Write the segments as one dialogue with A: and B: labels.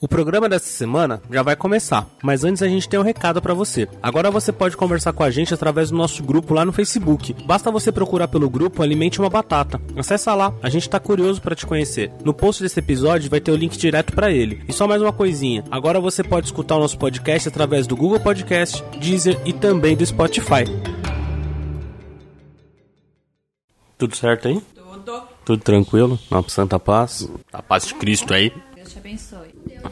A: O programa dessa semana já vai começar, mas antes a gente tem um recado para você. Agora você pode conversar com a gente através do nosso grupo lá no Facebook. Basta você procurar pelo grupo Alimente uma Batata. Acessa lá, a gente tá curioso para te conhecer. No post desse episódio vai ter o link direto para ele. E só mais uma coisinha, agora você pode escutar o nosso podcast através do Google Podcast, Deezer e também do Spotify. Tudo certo aí?
B: Tudo.
A: Tudo tranquilo? Na santa paz? A paz de Cristo aí.
B: Deus te abençoe.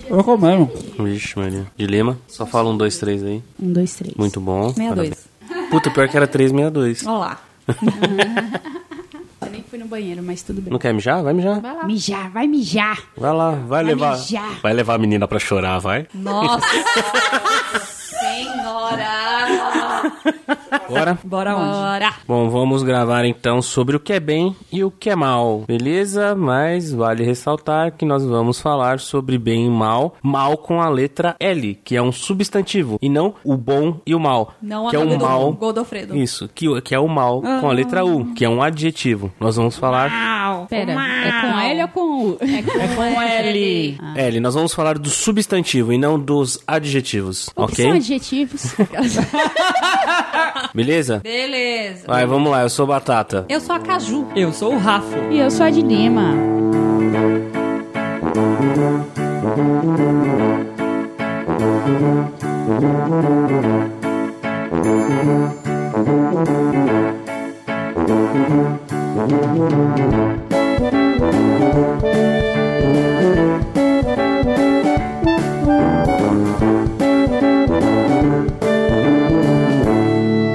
C: Eu comendo.
A: Vixe, Maria. De Lima, só fala um, dois, três aí.
B: Um, dois, três.
A: Muito bom.
B: Meia
A: Parabéns.
B: dois.
A: Puta, pior que era 362.
B: Olá. Eu nem fui no banheiro, mas tudo bem.
A: Não quer mijar? Vai mijar.
B: Mijar, vai mijar.
A: Vai lá, vai levar.
B: mijar.
A: Vai levar a menina pra chorar, vai.
B: Nossa senhora.
A: Bora.
B: Bora onde? Bora.
A: Bom, vamos gravar então sobre o que é bem e o que é mal, beleza? Mas vale ressaltar que nós vamos falar sobre bem e mal, mal com a letra L, que é um substantivo, e não o bom e o mal,
B: Não
A: que é
B: a
A: o
B: nome do
A: mal.
B: Godofredo. Ah.
A: Isso, que, o- que é o mal com a letra U, que é um adjetivo. Nós vamos falar
D: Pera, é com L ou com U? É com, L.
A: L, Ah. nós vamos falar do substantivo e não dos adjetivos,
D: O que
A: ok?
D: são adjetivos?
A: Beleza?
B: Beleza.
A: Vai, vamos lá, eu sou Batata.
B: Eu sou a Caju.
E: Eu sou o Rafa.
D: e eu sou a de Lima.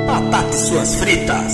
F: Batata e suas fritas.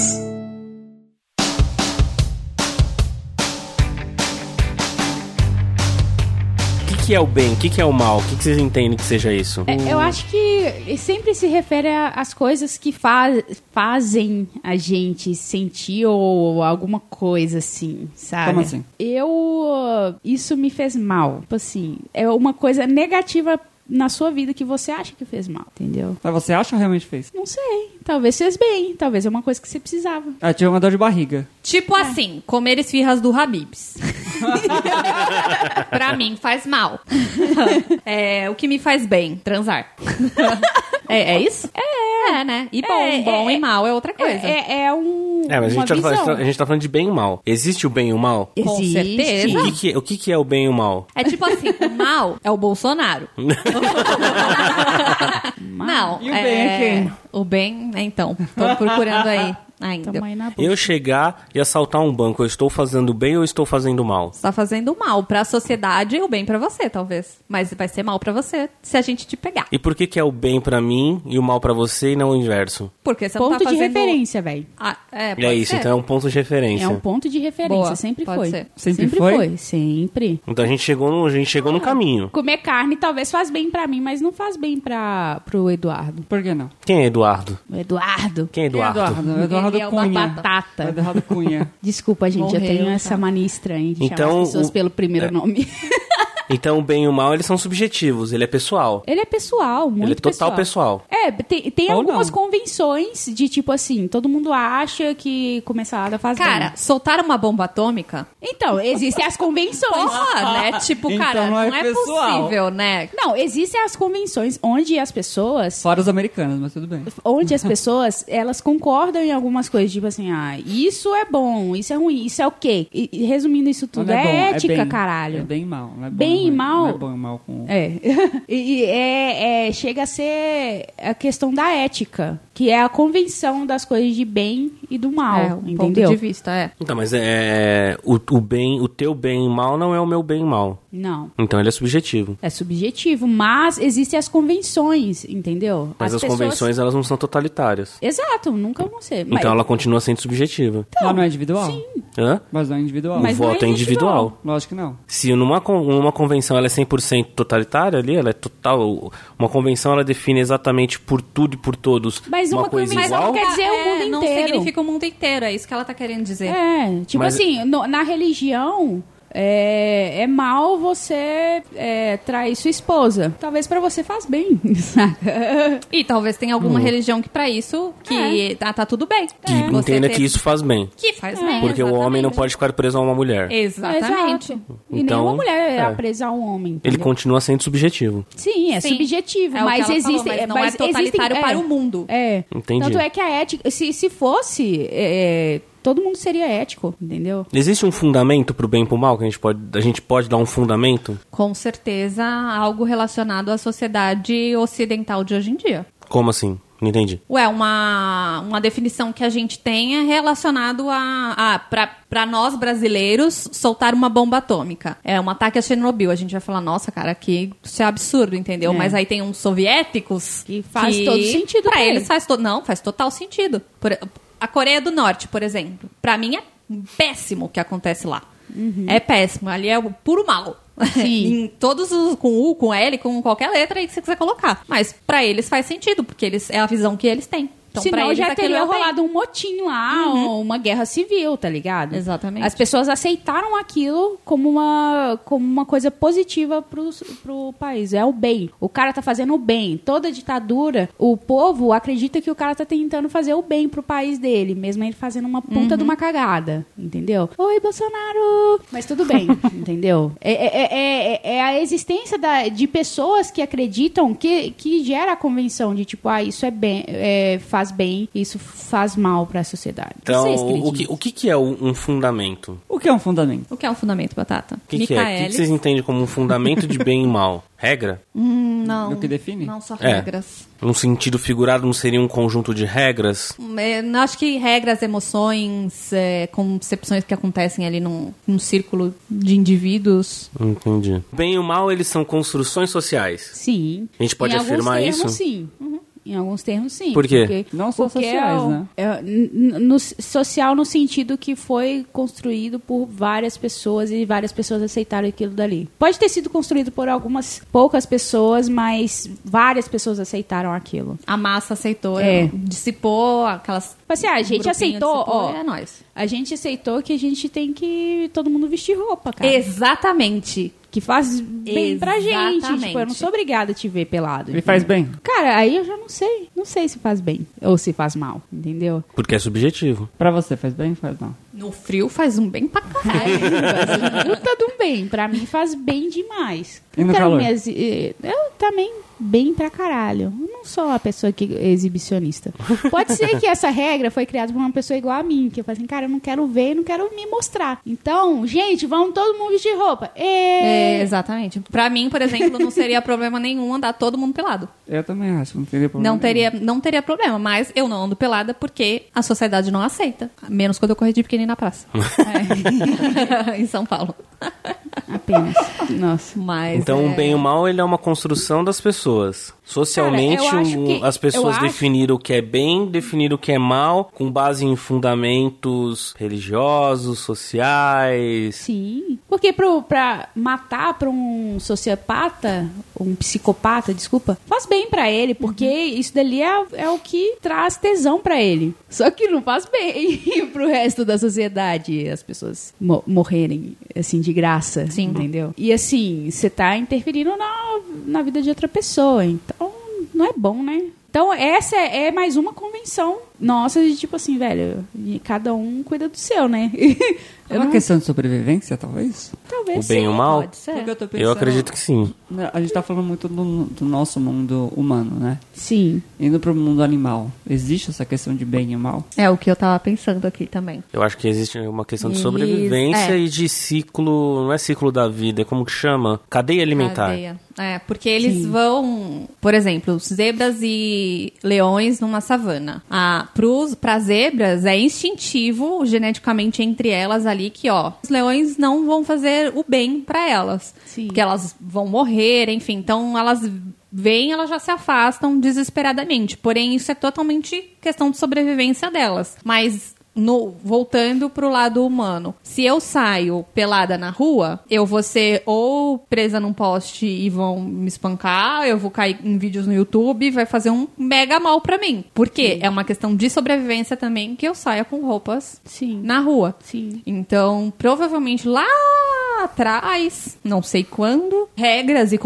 A: O que, que é o bem? O que, que é o mal? O que, que vocês entendem que seja isso?
D: É, Eu acho que sempre se refere a- às coisas que fa fazem a gente sentir ou alguma coisa assim, sabe?
E: Como assim?
D: Eu. uh, Isso me fez mal. Tipo assim, é uma coisa negativa na sua vida que você acha que fez mal, entendeu?
E: Mas você acha que realmente fez?
D: Não sei. Talvez fez bem. Talvez é uma coisa que você precisava.
E: Ah, tive uma dor de barriga.
G: Tipo assim, comer esfirras do Habibs. pra mim faz mal. É, o que me faz bem, transar. é, é isso? É. né? E bom,
D: É,
G: bom
D: é,
G: e mal é outra coisa.
D: É, é, é um.
A: É, mas a
D: uma
A: gente, tá
D: visão.
A: falando, a gente tá falando de bem e mal. Existe o bem e o mal?
G: Com
D: Existe.
G: certeza.
A: O que, que- o que, que é o bem e o mal?
G: É tipo assim, o mal é o Bolsonaro. Não.
E: E o bem é quem?
G: O bem, é, então, tô procurando aí ainda.
D: Tamo aí na boca.
A: Eu
G: Então
A: chegar e assaltar um banco, eu estou fazendo bem ou estou fazendo mal?
G: Você tá fazendo mal pra sociedade e o bem pra você, talvez. Mas vai ser mal pra você se a gente te pegar.
A: E por que, que é o bem pra mim e o mal pra você e não o inverso?
G: Porque você não
D: Ponto
G: tá
D: de
G: fazendo...
D: referência, velho.
G: Ah, é,
A: é
G: pode
A: isso,
G: ser.
A: então é um ponto de referência.
D: É um ponto de referência,
G: Boa,
D: sempre
G: pode
D: foi.
G: ser.
E: Sempre foi?
D: sempre.
A: Então a gente chegou no, a gente chegou no caminho.
D: Comer carne talvez faz bem pra mim, mas não faz bem para pro Eduardo.
E: Por que não?
A: Quem é Eduardo?
D: O Eduardo.
A: Quem é Eduardo?
E: Eduardo, Eduardo
G: Ele é o
E: Cunha.
D: batata.
E: Eduardo Cunha.
D: Desculpa, gente,
G: Morreu,
D: eu tenho
G: tá.
D: essa mania estranha de
A: Então,
D: chamar as pessoas
A: o-
D: pelo primeiro nome.
A: Então o bem e o mal, eles são subjetivos, ele é pessoal.
D: Ele é pessoal, muito
A: Ele é total pessoal.
D: É, tem, tem
E: Ou
D: algumas
E: não.
D: convenções de tipo assim, todo mundo acha que comer salada faz
G: Cara,
D: bem.
G: soltar uma bomba atômica?
D: Então, existem as convenções.
G: Porra, né? Tipo,
E: Então
G: cara,
E: não é pessoal.
G: possível, né?
D: Não, existem as convenções onde as pessoas
E: Fora os americanos, mas tudo bem.
D: onde as pessoas elas concordam em algumas coisas, tipo assim, ah, isso é bom, isso é ruim, isso é o quê? E, e resumindo isso tudo,
E: Não
D: é,
E: bom,
D: ética,
E: bem.
D: caralho.
E: É bem mal. Não é
D: Bem
E: bom, ruim,
D: mal?
E: Não é bom e mal com...
D: É. E, e é, é- chega a ser a questão da ética, que é a convenção das coisas de bem e do mal,
G: É, um
D: entendeu?
G: ponto de vista, é.
A: Então, mas é o, o bem, o teu bem e mal não é o meu bem e mal.
D: Não.
A: Então ele é subjetivo.
D: É subjetivo, mas existem as convenções, entendeu?
A: Mas as, convenções elas não são totalitárias.
D: Exato, nunca vão ser. Mas-
A: Então ela continua sendo subjetiva.
E: Mas não é individual?
D: Sim.
A: Hã?
E: Mas não é individual?
A: O
D: Mas- não é
A: voto é individual.
D: individual.
E: Lógico que não.
A: Se numa, con- numa convenção ela é 100% totalitária ali, ela é total. Uma convenção ela define exatamente por tudo e por todos
D: Mas
A: uma
D: uma
A: coisa
D: convenção
A: igual.
D: não Quer dizer, o
G: É,
D: mundo
G: Não
D: inteiro.
E: É.
G: significa o mundo inteiro, é isso que ela tá querendo dizer.
D: É, tipo
A: Mas-
D: assim, no- na religião, É, é mal você é, trair sua esposa. Talvez pra você faz bem, saca?
G: E talvez tenha alguma religião que pra isso
D: É.
G: que tá, tá tudo bem.
A: Hum. Que
G: É, você
A: entenda
G: ter-
A: que isso faz bem.
G: que faz bem.
A: Porque o homem não
G: exatamente.
A: pode ficar preso a uma mulher.
G: Exatamente.
D: Exato. E
A: Então,
D: nenhuma mulher
A: é.
D: é presa a um homem.
A: Ele
D: entendeu?
A: continua sendo subjetivo.
D: Sim, é
G: Sim.
D: subjetivo,
G: É o que
D: mas
G: ela falou,
D: existe.
G: mas não é totalitário
D: existem-
G: para o mundo.
D: É.
A: Entendi.
D: Tanto é que a ética. Se, se fosse, é, todo mundo seria ético, entendeu?
A: Existe um fundamento pro bem e pro mal que a gente pode, a gente pode dar um fundamento?
G: Com certeza, algo relacionado à sociedade ocidental de hoje em dia.
A: Como assim? Não entendi.
G: Ué, uma, uma definição que a gente tem é relacionado a, a pra, pra nós brasileiros, soltar uma bomba atômica. É um ataque a Chernobyl. A gente vai falar, nossa, cara, que isso é absurdo, entendeu? Mas aí tem uns soviéticos
D: Que faz todo sentido
G: Pra
D: pra
G: eles
D: eles.
G: faz todo... Não, faz total sentido. Por- a Coreia do Norte, por exemplo. Pra mim é péssimo o que acontece lá. É péssimo. Ali é o puro mal.
D: Sim.
G: em todos os com U, com L, com qualquer letra aí que você quiser colocar. Mas pra eles faz sentido, porque eles é a visão que eles têm. Então pra
D: Senão
G: eles
D: já
G: aquilo
D: teria
G: é o bem.
D: rolado um motim lá,
G: Uhum.
D: ou uma guerra civil, tá ligado?
G: Exatamente.
D: As pessoas aceitaram aquilo como uma, como uma coisa positiva pro, pro país. É o bem. O cara tá fazendo o bem. Toda ditadura, o povo acredita que o cara tá tentando fazer o bem pro país dele, mesmo ele fazendo uma puta de uma cagada. Entendeu? Oi, Bolsonaro! Mas tudo bem, entendeu? É, é- é- é- é a existência da- de pessoas que acreditam que, que gera a convenção de tipo, ah, isso é bem, é, faz bem, isso faz mal pra sociedade.
A: Então,
D: Vocês
A: o
D: acreditam?
A: que, o que, que é um um fundamento?
E: O que é um fundamento?
G: O que é um fundamento, Batata?
A: O que, que é? O que que,
G: Micaele?
A: vocês entendem como um fundamento de bem e mal? Regra?
G: Não.
E: O que define?
G: Não só
A: É.
G: regras.
A: Um sentido figurado não seria um conjunto de regras?
G: Hum, é, não, acho que regras, emoções, é, concepções que acontecem ali num, num círculo de indivíduos.
A: Entendi. Bem e o mal, eles são construções sociais.
D: Sim.
A: A gente pode
D: em
A: afirmar
D: alguns termos,
A: isso?
D: Sim. Uhum. Em alguns termos, sim.
A: Por quê?
E: Não só sociais,
D: é o-
E: né?
D: é, n- n- no, social no sentido que foi construído por várias pessoas e várias pessoas aceitaram aquilo dali. Pode ter sido construído por algumas poucas pessoas, mas várias pessoas aceitaram aquilo.
G: A massa aceitou,
D: É.
G: dissipou aquelas. um
D: Tipo Assim, ah,
E: Um
D: a gente
G: grupinho
D: aceitou,
G: dissipou,
D: ó.
G: É nóis.
D: A gente aceitou que a gente tem que todo mundo vestir roupa, cara.
G: Exatamente.
D: que faz bem pra gente. Tipo, eu não
G: Exatamente.
D: sou obrigada a te ver pelado.
E: Ele faz bem.
D: Cara, aí eu já não sei. Não sei se faz bem ou se faz mal, entendeu?
A: Porque é subjetivo.
E: Pra você, faz bem? Faz não.
G: No frio faz um bem pra caralho. né?
D: Puta de um bem. Pra mim faz bem demais.
E: E no
D: Quero
E: calor?
D: me exi- eh, Eu também bem pra caralho. Eu não sou uma pessoa que é exibicionista. Pode ser que essa regra foi criada por uma pessoa igual a mim, que eu falei assim, cara, eu não quero ver, eu não quero me mostrar. Então, gente, vamos todo mundo vestir roupa.
G: É,
D: É...
G: exatamente. Pra mim, por exemplo, não seria problema nenhum andar todo mundo pelado.
E: Eu também acho, não teria problema.
G: Não teria, não teria problema, mas eu não ando pelada porque a sociedade não aceita. Menos quando eu corri de biquíni na praça. É. em São Paulo.
D: Apenas. Nossa.
G: Mas
A: Então,
G: é,
A: o bem e o mal, ele é uma construção das pessoas. Socialmente,
D: Cara, eu acho
A: o-
D: que-
A: as pessoas
D: eu acho-
A: definiram o que é bem, definiram o que é mal, com base em fundamentos religiosos, sociais.
D: Sim. Porque pro, pra matar pra um sociopata, um psicopata, desculpa, faz bem pra ele, porque isso dali é, é o que traz tesão pra ele. Só que não faz bem pro resto da sociedade as pessoas mo- morrerem, assim, de graça.
G: Sim.
D: Entendeu? E assim, você tá interferindo na, na vida de outra pessoa, então não é bom, né? Então, essa é é mais uma convenção nossa de tipo assim, velho, cada um cuida do seu, né?
E: É
D: Eu
E: uma
D: não-
E: questão de sobrevivência, talvez?
D: Talvez.
A: o bem e o mal?
G: pode
D: É.
G: ser.
E: eu tô
A: Eu acredito que sim.
E: A gente tá falando muito do, do nosso mundo humano, né?
D: Sim.
E: Indo pro mundo animal. Existe essa questão de bem e mal?
G: É o que eu tava pensando aqui também.
A: Eu acho que existe uma questão de
G: Eles-
A: sobrevivência
G: é.
A: e de ciclo, não é ciclo da vida, é como que chama? Cadeia alimentar.
G: Cadeia. É, porque eles vão, por exemplo, zebras e leões numa savana. Ah, pros, pra zebras é instintivo, geneticamente, entre elas ali, que ó, os leões não vão fazer o bem pra elas.
D: Sim.
G: Porque elas vão morrer, enfim. Então elas vêm, elas já se afastam desesperadamente. Porém, isso é totalmente questão de sobrevivência delas. Mas. No, voltando pro lado humano. Se eu saio pelada na rua, eu vou ser ou presa num poste e vão me espancar, eu vou cair em vídeos no YouTube, vai fazer um mega mal pra mim. Porque é uma questão de sobrevivência também que eu saia com roupas
D: Sim.
G: na rua.
D: Sim.
G: Então, provavelmente lá lá atrás, não sei quando, regras e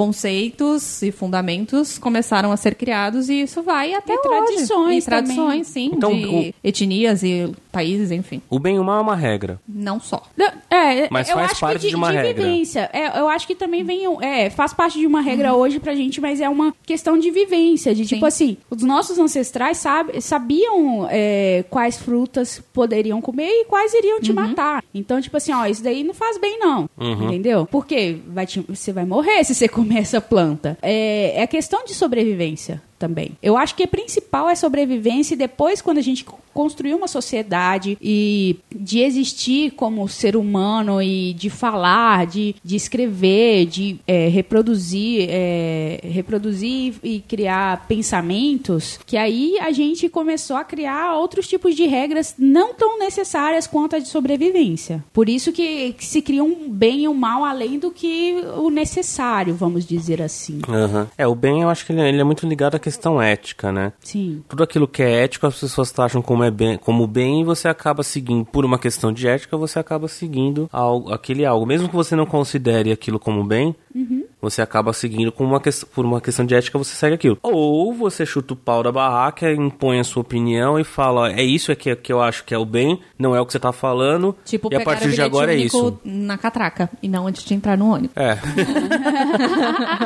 G: conceitos e fundamentos começaram a ser criados e isso vai até
D: E
G: hoje.
D: tradições
G: E tradições, sim,
A: Então,
G: de
A: o-
G: etnias e países, enfim.
A: O bem e o mal é uma regra.
G: Não só.
D: Não, É,
A: Mas
D: eu
A: faz
D: acho
A: parte
D: que
A: de uma regra.
D: vivência. É, eu acho que também vem. um- É, faz parte de uma regra hoje pra gente, mas é uma questão de vivência. De tipo assim, os nossos ancestrais sabe, sabiam é, quais frutas poderiam comer e quais iriam te matar. Então, tipo assim, ó, isso daí não faz bem, não.
A: Uhum.
D: Entendeu? Porque vai te- você vai morrer se você comer essa planta. É, é questão de sobrevivência também. Eu acho que a principal é sobrevivência e depois quando a gente construir uma sociedade e de existir como ser humano e de falar, de, de escrever, de é, reproduzir, é, reproduzir e criar pensamentos, que aí a gente começou a criar outros tipos de regras não tão necessárias quanto a de sobrevivência. Por isso que, que se cria um bem e um mal além do que o necessário, vamos dizer assim.
A: Aham. É, o bem eu acho que ele, ele é muito ligado à questão ética, né?
D: Sim.
A: Tudo aquilo que é ético, as pessoas acham como, é bem, como bem e você acaba seguindo, por uma questão de ética, você acaba seguindo algo, aquele algo. Mesmo que você não considere aquilo como bem,
G: Uhum.
A: você acaba seguindo como uma ques- por uma questão de ética, você segue aquilo. Ou você chuta o pau da barraca, impõe a sua opinião e fala, é isso é que, que eu acho que é o bem, não é o que você tá falando,
G: Tipo,
A: e a
G: pegar
A: partir
G: o
A: de agora é
G: bilhete
A: isso.
G: único na catraca e não antes de entrar no ônibus.
A: É.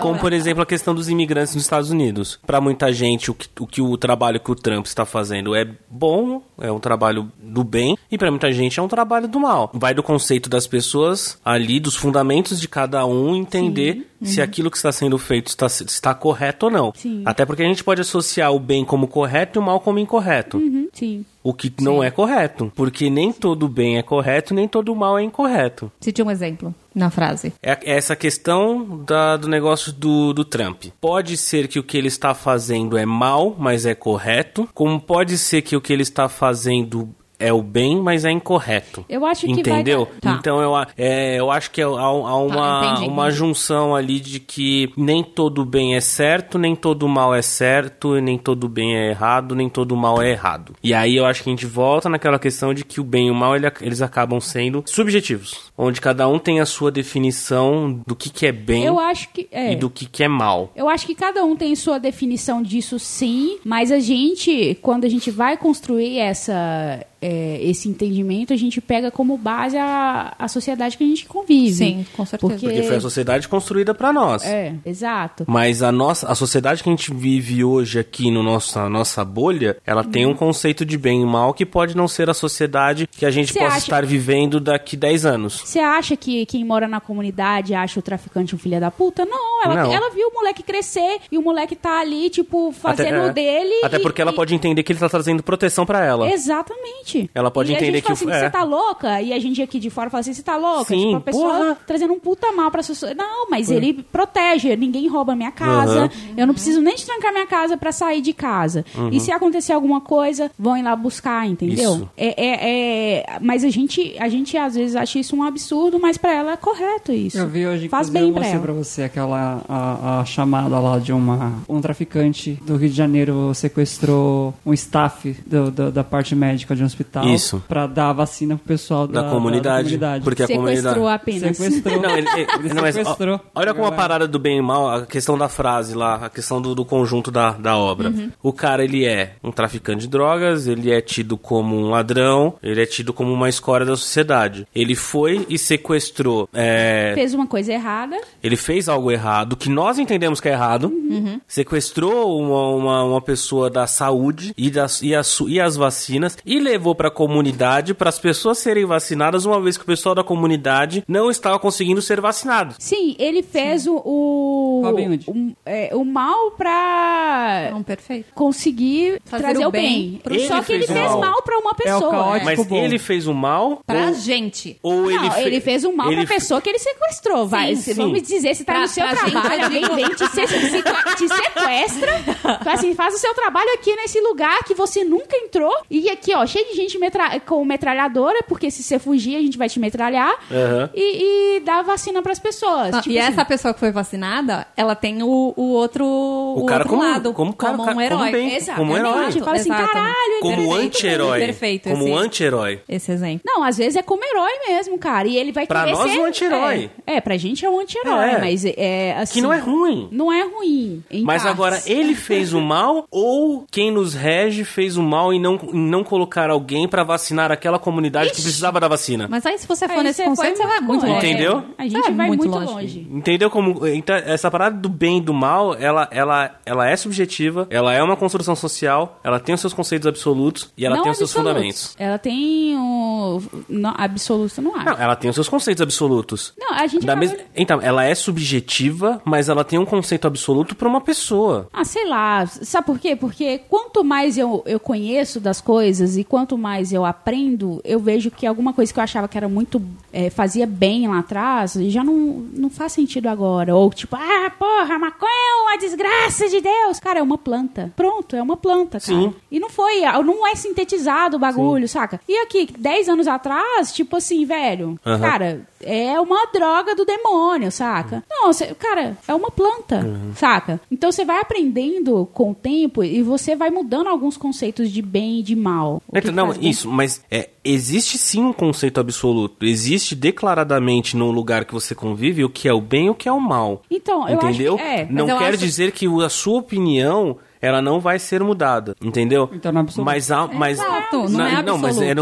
A: Como, por exemplo, a questão dos imigrantes nos Estados Unidos. Pra muita gente, o que, o que o trabalho que o Trump está fazendo é bom, é um trabalho do bem, e pra muita gente é um trabalho do mal. Vai do conceito das pessoas ali, dos fundamentos de cada um, entender se aquilo que está sendo feito está, se- está correto ou não.
D: Uhum. Sim.
A: Até porque a gente pode associar o bem como correto e o mal como incorreto.
D: Hum, Sim.
A: O que não é correto. Porque nem todo bem é correto, nem todo mal é incorreto.
G: Cite um exemplo na frase.
A: É a- é essa questão da- do negócio do, do Trump. Pode ser que o que ele está fazendo é mal, mas é correto. Como pode ser que o que ele está fazendo é o bem, mas é incorreto.
D: Eu acho que vai
A: Entendeu?
D: dar- tá.
A: Então eu, a- é, eu acho que há, há uma,
G: entendi,
A: uma
G: entendi.
A: junção ali de que nem todo bem é certo, nem todo mal é certo, e nem todo bem é errado, nem todo mal é errado. E aí eu acho que a gente volta naquela questão de que o bem e o mal ele- eles acabam sendo subjetivos, onde cada um tem a sua definição do que, que é bem
D: Eu acho que. É.
A: e do que, que é mal.
D: Eu acho que cada um tem sua definição disso, sim, mas a gente, quando a gente vai construir essa, é, esse entendimento, a gente pega como base a, a sociedade que a gente convive.
G: Sim, com certeza.
D: Porque,
A: Porque foi a sociedade construída pra nós.
D: É, exato.
A: Mas a nossa, a sociedade que a gente vive hoje aqui no nosso, na nossa bolha, ela tem
D: Uhum.
A: um conceito de bem e mal que pode não ser a sociedade que a gente
D: Você
A: possa
D: acha-
A: estar vivendo daqui 10 anos.
D: Você acha que quem mora na comunidade acha o traficante um filho da puta? Não, ela,
A: Não.
D: ela viu o moleque crescer e o moleque tá ali, tipo, fazendo
A: Até- é.
D: o dele.
A: Até
D: e-
A: porque ela
D: e-
A: pode entender que ele tá trazendo proteção pra ela.
D: Exatamente.
A: Ela pode
D: e
A: entender
D: a gente fala
A: que o-
D: assim,
A: é.
D: você tá louca? E a gente aqui de fora fala assim, você tá louca?
A: Sim,
D: tipo, a pessoa
A: porra.
D: trazendo um puta mal pra sociedade. Não, mas ele protege, ninguém rouba a minha casa,
A: Uhum.
D: eu não preciso nem trancar minha casa pra sair de casa. E se acontecer alguma coisa, vão ir lá buscar,
A: Uhum. Isso.
D: entendeu? É, é, é- mas a gente, a gente às vezes acha isso um absurdo, mas pra ela é correto isso.
E: Eu vi hoje
D: Faz
E: inclusive,
D: bem
E: eu
D: pra
E: mostrei
D: ela.
E: pra você aquela a, a chamada lá de uma um traficante do Rio de Janeiro sequestrou um staff do- do- da parte médica de um hospital
A: Isso.
E: pra dar a vacina pro pessoal da,
A: Da, comunidade, Porque a comunidade
D: Sequestrou apenas.
E: Sequestrou.
A: Não, ele, ele-
E: Ele
A: não, mas, ó,
E: sequestrou.
A: olha como a
E: Galera.
A: parada do bem e mal, a questão da frase lá, a questão do, do conjunto da, da obra.
D: Uhum.
A: O cara, ele é um traficante de drogas, ele é tido como um ladrão, ele é tido como uma escória da sociedade. Ele foi e sequestrou. é,
D: Fez uma coisa errada.
A: ele fez algo errado, que nós entendemos que é errado,
D: Uhum.
A: sequestrou uma, uma, uma pessoa da saúde e, das, e, as, su- e as vacinas e levou pra comunidade para as pessoas serem vacinadas, uma vez que o pessoal da comunidade não estava conseguindo ser vacinado.
D: Sim, ele fez o, o,
E: Robin Hood.
D: um- é, o mal pra...
G: Não, perfeito.
D: conseguir
G: Fazer
D: trazer
G: o
D: o bem.
G: bem
D: pro-
A: Ele
D: Só que ele
A: fez
D: fez
A: mal.
D: mal pra uma
E: É o
D: pessoa.
E: caótico.
A: Mas
E: Ficou bom.
A: ele fez o mal
G: Pra
A: ou,
G: gente.
A: ou ele,
D: Não,
A: fe-
D: ele fez um mal
A: ele
D: pra pessoa que ele sequestrou. Vai,
A: Sim,
D: se-
A: sim.
D: Vamos dizer, se tá
G: Pra-
D: no seu
G: pra gente,
D: trabalho,
G: eu
D: alguém
G: digo-
D: vem te, se- se- te sequestra. Fala assim, faz o seu trabalho aqui nesse lugar que você nunca entrou. E aqui, ó, cheio de gente metra- com metralhadora, porque se você fugir, a gente vai te metralhar.
A: Aham.
D: E, e dar vacina pras pessoas.
G: Ah,
D: Tipo
G: e
D: assim,
G: essa pessoa que foi vacinada, ela tem o, o outro, o
A: cara
G: outro
A: como-
G: lado,
A: como cara-
G: um
A: cara- como
G: herói.
A: bem-
G: Exato.
A: como um herói.
G: Exato,
D: Fala assim,
G: exato.
D: "Caralho,
A: Como
G: Perfeito,
A: anti-herói.
G: Perfeito.
A: Como
D: assim.
G: esse,
A: anti-herói.
G: Esse exemplo.
D: Não, às vezes é como herói mesmo, cara. E ele vai
A: Pra
D: querer
A: nós,
D: ser...
A: um anti-herói.
D: É, é, pra gente é um anti-herói,
A: É.
D: mas é assim...
A: Que não é ruim.
D: Não é ruim. em
A: Mas
D: partes.
A: agora, ele fez o mal ou quem nos rege fez o mal em não, em não colocar alguém pra vacinar aquela comunidade que precisava da vacina?
G: Mas aí, se você for
D: Aí
G: nesse
D: você foi
G: conceito, você vai muito longe.
A: Entendeu?
D: A gente
G: É
D: vai
G: muito
D: muito,
G: longe.
D: longe.
A: Entendeu como então, essa parada do bem e do mal, ela, ela, ela é subjetiva, ela é uma construção social, ela tem os seus conceitos absolutos e ela
D: Não
A: tem os seus
D: absolutos.
A: fundamentos.
D: Ela tem um... Não, absoluto não
A: Não,
D: acho.
A: ela tem os seus conceitos absolutos.
D: Não, a gente
A: Da
D: acabou
A: mes-
D: de-
A: Então, ela é subjetiva, mas ela tem um conceito absoluto pra uma pessoa.
D: Ah, sei lá. Sabe por quê? Porque quanto mais eu, eu conheço das coisas e quanto mais eu aprendo, eu vejo que alguma coisa que eu achava que era muito. eh, fazia bem lá atrás, já não, não faz sentido agora. Ou tipo, ah, porra, maconha é uma desgraça de Deus. Cara, é uma planta. Pronto, é uma planta, cara.
A: Sim.
D: E não foi. ah, Não é sintetizado o bagulho, saca? E aqui, 10 anos atrás, tipo assim, velho.
A: Aham.
D: Cara, é uma droga do demônio, saca?
A: Uhum.
D: Não, cê- cara, é uma planta, saca? Então você vai aprendendo com o tempo e você vai mudando alguns conceitos de bem e de mal. O que
A: Então, não,
D: faz bem-
A: isso, mas é, existe sim um conceito absoluto. Existe declaradamente num lugar que você convive o que é o bem e o que é o mal.
D: Então, eu acho
A: entendeu?
D: que- é, mas
A: não
G: eu
A: quer
G: acho-
A: dizer que o- a sua opinião ela não vai ser mudada, entendeu?
E: Então não é absoluto.
A: Mas há, mas
G: Exato, não é
A: mas eu não
G: absoluto.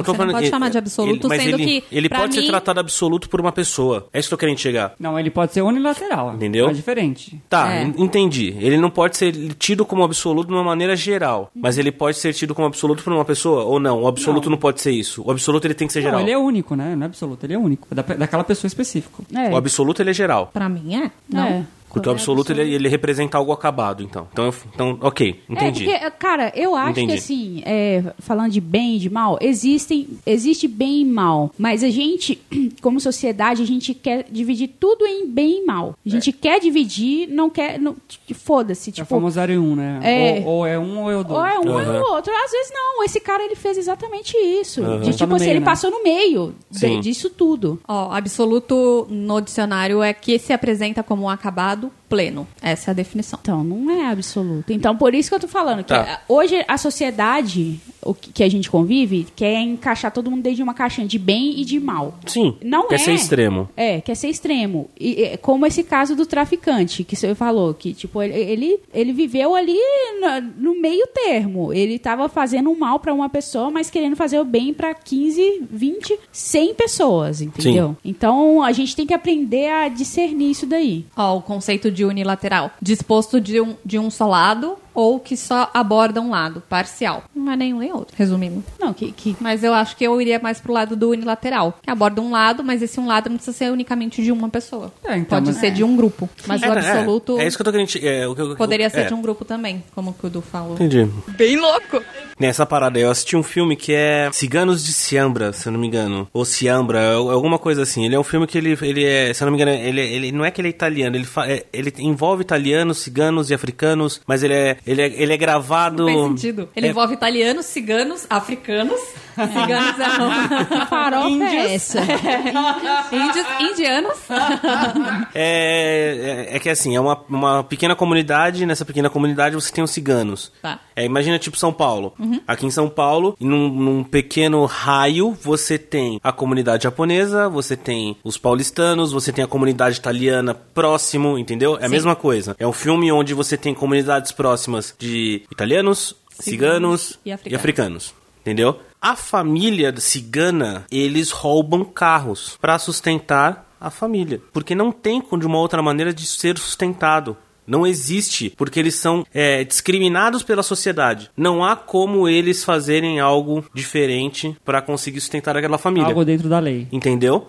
A: tô
G: Você
A: falando
G: não pode
A: ele-
G: chamar de absoluto,
A: ele, mas
G: sendo
A: ele,
G: que,
A: ele
G: pra
A: pode ser
G: mim-
A: tratado absoluto por uma pessoa. É isso que eu tô querendo chegar.
E: Não, ele pode ser unilateral.
A: Entendeu?
E: É diferente.
A: Tá,
G: É.
A: en- entendi. Ele não pode ser tido como absoluto de uma maneira geral, mas ele pode ser tido como absoluto por uma pessoa ou não? O absoluto não, pode ser isso. O absoluto ele tem que ser
E: Não,
A: geral.
E: ele é único, né? Não é absoluto, ele é único. É da- daquela pessoa específica.
D: É,
A: O absoluto ele é geral.
G: Pra mim, é. Não.
D: é.
A: Porque o absoluto ele, ele representa algo acabado, então. Então, eu, então ok, entendi.
D: É, porque, cara, eu acho
A: Entendi.
D: que assim, é, falando de bem e de mal, existem, existe bem e mal. Mas a gente, como sociedade, a gente quer dividir tudo em bem e mal.
A: É.
D: A gente quer dividir, não quer. não- Foda-se,
E: É o
D: tipo.
E: famoso área 1, né?
D: É.
E: Ou, ou é um ou é o dois.
D: Ou é um ou é
A: Aham.
D: o outro. Às vezes não. Esse cara ele fez exatamente isso.
E: Tá
D: De, tipo
E: no
D: assim,
E: meio,
D: ele
E: né?
D: passou no meio de-
A: Sim.
D: disso tudo.
G: Ó, absoluto no dicionário é que se apresenta como um acabado pleno. Essa é a definição.
D: Então, não é absoluto. Então, por isso que eu tô falando. Que
A: Tá.
D: Hoje, a sociedade o que que a gente convive quer encaixar todo mundo dentro de uma caixinha de bem e de mal.
A: Sim,
D: Não
A: quer
D: é.
A: ser extremo.
D: É, quer ser extremo. E, é, como esse caso do traficante, que você falou, que, tipo, ele, ele, ele viveu ali na- no, meio termo. Ele tava fazendo um mal pra uma pessoa, mas querendo fazer o bem pra 15, 20, 100 pessoas, entendeu? Então, a gente tem que aprender a discernir isso daí.
G: Ó, o conceito de unilateral. Disposto de um, de um só lado ou que só aborda um lado, parcial. Não é nenhum nem outro, resumindo.
D: Não, que... que
G: Mas eu acho que eu iria mais pro lado do unilateral. Que aborda um lado, mas esse um lado não precisa ser unicamente de uma pessoa.
E: É, então,
G: Pode
E: mas-
G: ser de um grupo. Mas o absoluto
A: É, isso que eu tô querendo. che- É, o que eu-
G: poderia ser
A: é,
G: de um grupo também, como que o Du falou.
A: Entendi.
C: Bem louco.
A: Nessa Né, parada aí, eu assisti um filme que é Ciganos de Siambra, se eu não me engano. Ou Siambra, al- alguma coisa assim. Ele é um filme que ele, ele é, se eu não me engano, ele, ele não é que ele é italiano, ele, fa- é- ele envolve italianos, ciganos e africanos, mas ele é, ele é, ele é gravado.
G: Não faz sentido. Ele
A: É,
G: envolve italianos, ciganos, africanos. Ciganos é uma...
D: farofa é
G: Índios.
D: essa?
G: Índios, indianos.
A: É, é, é que assim, é uma, uma pequena comunidade, nessa pequena comunidade você tem os ciganos.
G: Tá.
A: É, imagina tipo São Paulo. Aqui em São Paulo, num, num pequeno raio, você tem a comunidade japonesa, você tem os paulistanos, você tem a comunidade italiana próximo, entendeu? É a mesma coisa. É um filme onde você tem comunidades próximas de italianos, ciganos,
G: e
A: E
G: africanos.
A: africanos africanos, entendeu? A família cigana, eles roubam carros para sustentar a família, porque não tem de uma outra maneira de ser sustentado. Não existe, porque eles são é, discriminados pela sociedade. Não há como eles fazerem algo diferente para conseguir sustentar aquela família.
E: Algo dentro da lei.
A: Entendeu?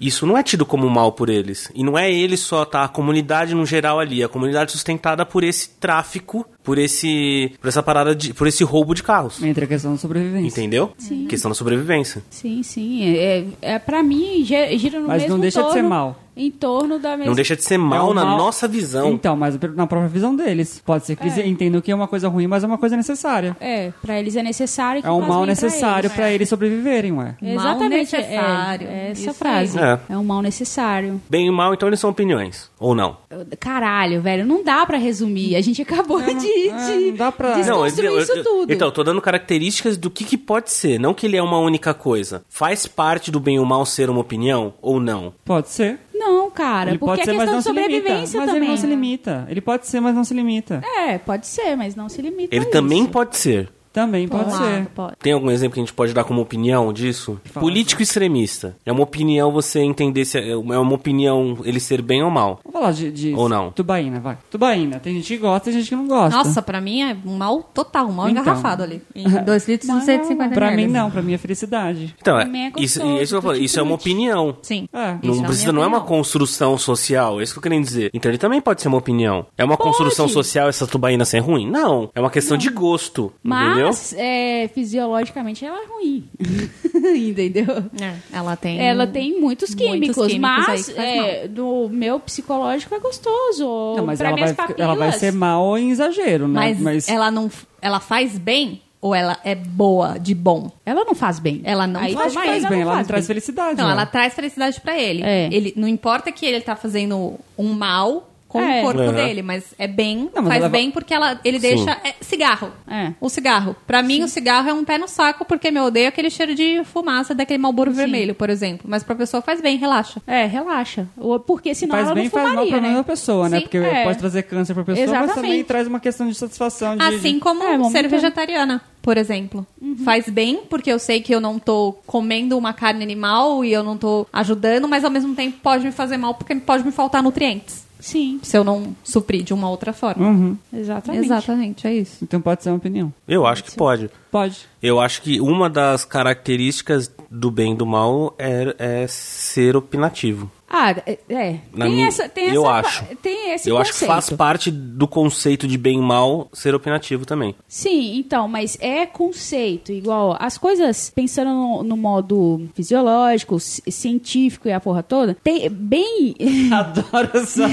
A: Isso não é tido como mal por eles. E não é ele só, tá? A comunidade no geral ali. A comunidade sustentada por esse tráfico, por esse. por essa parada de. por esse roubo de carros.
E: Entre a questão da sobrevivência.
A: Entendeu? Questão da sobrevivência.
D: Sim, sim. É, é, pra mim, ge- gira no
E: Mas
D: mesmo
E: não deixa de ser
D: torno-
E: mal.
D: Em torno da mesma...
A: Não deixa de ser mal
E: É um
A: na
E: mal-
A: nossa visão.
E: Então, mas na própria visão deles. Pode ser que eles entendam que é uma coisa ruim, mas é uma coisa necessária.
D: É, pra eles é necessário que
E: É um
D: faz
E: mal
D: bem pra
E: necessário
D: eles.
E: pra eles sobreviverem, ué.
D: né?
G: Mal
D: É. Exatamente, é-
G: necessário.
D: É, é essa
G: Isso aí.
D: frase.
A: É.
D: É. um mal necessário.
A: Bem e mal, então eles são opiniões. Ou não?
D: Eu- Caralho, velho, não dá pra resumir. A gente acabou de,
E: é,
D: de
E: não dá pra-
A: Não,
D: desconstruir
A: eu- eu-
D: isso
A: eu-
D: tudo.
A: Então, eu tô dando características do que, que pode ser, não que ele é uma única coisa. Faz parte do bem ou mal ser uma opinião ou não?
E: Pode ser.
D: não, cara,
E: ele
D: porque
E: pode ser,
D: é
E: mas
D: questão
E: não
D: de
E: se limita. Mas
D: sobrevivência também.
E: ele não se limita. Ele pode ser, mas não se limita.
D: É, pode ser, mas não se limita.
A: Ele
D: a
A: também
D: É isso.
A: pode ser.
E: Também pode
D: Pode
E: ser.
D: pode.
A: Tem algum exemplo que a gente pode dar como opinião disso?
E: Fala.
A: Político extremista. É uma opinião você entender se é é uma opinião ele ser bem ou mal.
E: Vamos falar de, de
A: Ou não.
E: Tubaína, vai. Tubaína. Tem gente que gosta, tem gente que não gosta.
G: Nossa, pra mim é um mal total, um mal
E: Então.
G: engarrafado ali. Em 2 litros e 150
E: Pra
G: ml.
E: mim não, pra mim é felicidade.
A: Então, é,
D: Também é
A: isso,
D: gostoso,
A: isso, que eu falo, isso é uma
D: tutti-frutti.
A: opinião.
G: Sim.
E: É.
G: Isso
A: Não
G: na
A: precisa,
G: minha
A: não é uma
G: opinião.
A: construção social, é isso que eu queria dizer. Então ele também pode ser uma opinião. É uma construção social essa tubaína ser ruim? Não. É uma questão de gosto. Entendeu?
D: Mas, é, fisiologicamente, ela é ruim. Entendeu?
G: É, ela tem.
D: Ela tem muitos químicos,
G: químicos
D: mas
G: aí que faz
D: é, do meu psicológico é gostoso.
E: Não, mas
D: pra é
E: ela
D: minhas
E: vai,
D: papilas,
E: ela vai ser mal em exagero, né?
G: Mas, ela não. Ela faz bem ou ela é boa, de bom?
D: Ela não faz bem.
G: Ela não
D: Aí
G: faz
D: também
G: bem.
E: faz bem, ela não
D: faz
E: traz
D: bem.
E: felicidade.
G: Não,
E: né?
G: ela traz felicidade pra ele.
D: É.
G: ele. Não importa que ele tá fazendo um mal com
D: É.
G: o corpo
A: Uhum.
G: dele, mas é bem,
E: Não, mas
G: faz
E: ela vai-
G: bem porque ela, ele deixa é, cigarro.
D: É.
G: O cigarro. Pra mim, o cigarro é um pé no saco porque meu odeio aquele cheiro de fumaça daquele malboro vermelho, por exemplo. Mas pra pessoa faz bem, relaxa.
D: É, relaxa. Ou- Porque senão
E: faz
D: ela
E: bem
D: não
E: e faz mal
D: fumaria,
E: pra
D: né?
E: mesma pessoa, né?
D: Sim,
E: Porque
D: é.
E: pode trazer câncer pra pessoa, mas também
D: Exatamente.
E: traz uma questão de satisfação. De,
G: Assim como
D: É, momentâneo.
G: ser vegetariana, por exemplo.
D: Uhum.
G: Faz bem, porque eu sei que eu não tô comendo uma carne animal e eu não tô ajudando, mas ao mesmo tempo pode me fazer mal porque pode me faltar nutrientes.
D: Sim,
G: Se eu não suprir de uma outra forma.
E: Uhum.
D: exatamente.
G: Exatamente, é isso.
E: Então pode ser uma opinião.
A: Eu acho que pode.
E: Pode.
A: Eu acho que uma das características do bem e do mal é, é ser opinativo.
D: Ah, é. é.
A: Na
D: tem
A: minha-
D: essa, tem
A: eu
D: essa,
A: acho.
D: pa- Tem esse
A: eu
D: conceito.
A: acho que faz parte do conceito de bem e mal ser opinativo também.
D: Sim, então, mas é conceito. Igual, as coisas, pensando no, no modo fisiológico, ci- científico e a porra toda, tem, bem,
E: Adoro essa.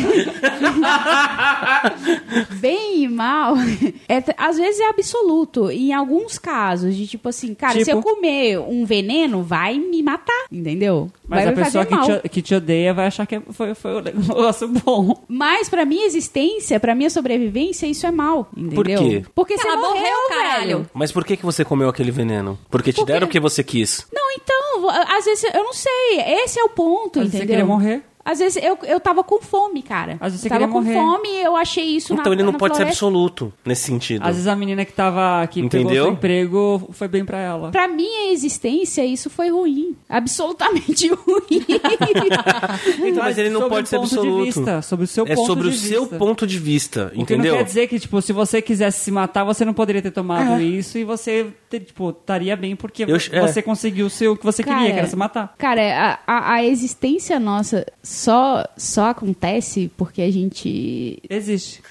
D: bem e mal, é, t- às vezes é absoluto. Em alguns casos, de tipo assim, cara, se
E: Tipo?
D: eu comer um veneno, vai me matar, entendeu?
E: Mas
D: vai
E: a
D: me
E: pessoa
D: fazer mal.
E: que te, que te odeia vai achar que foi, foi um negócio bom.
D: Mas pra minha existência, pra minha sobrevivência, isso é mal, entendeu?
A: quê?
D: Porque você
G: Ela
D: morreu,
G: morreu, caralho.
D: velho.
A: Mas por que, que você comeu aquele veneno? Porque te
D: Porque-
A: deram o que você quis.
D: Não, então, às vezes, eu não sei. Esse é o ponto,
E: Às vezes você
D: entendeu?
E: queria morrer.
D: Às vezes eu, eu tava com fome, cara.
E: Às vezes você
D: eu tava
E: queria
D: com
E: morrer.
D: fome e eu achei isso na
A: Então ele não
D: na
A: pode ser
D: floresta.
A: absoluto nesse sentido.
E: Às vezes a menina que tava aqui
A: Entendeu?
E: pegou seu emprego foi bem pra ela.
D: Pra minha existência, isso foi ruim. Absolutamente ruim.
A: Então, mas ele não
E: sobre
A: pode
E: o
A: ser
E: ponto de
A: absoluto.
E: vista, sobre o seu
A: é
E: ponto
A: sobre
E: de
A: o seu
E: vista.
A: ponto de vista,
E: O que não
A: entendeu?
E: quer dizer que, tipo, se você quisesse se matar, você não poderia ter tomado
D: É.
E: isso e você, te- tipo, estaria bem porque
A: Eu- é.
E: você conseguiu o seu- o que você queria, que era se matar.
D: Cara, é, a, a- a existência nossa só, só acontece porque a gente
E: Existe.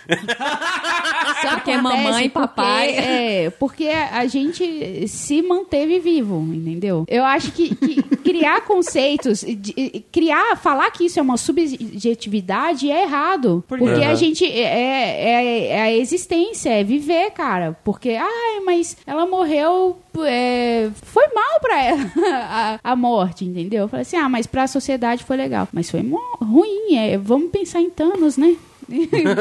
D: Só
G: Porque
D: acontece
G: mamãe,
D: porque-
G: papai.
D: É, porque a gente se manteve vivo, entendeu? Eu acho que, que criar conceitos, de- criar, falar que isso é uma subjetividade é errado.
E: Por quê?
D: porque
A: Uhum.
D: a gente é, é- é a existência, é viver, cara. Porque, ai, mas ela morreu. é, foi mal pra ela a, a morte, entendeu? Eu falei assim, ah, mas pra sociedade foi legal. Mas foi mo- ruim, é, vamos pensar em Thanos, né?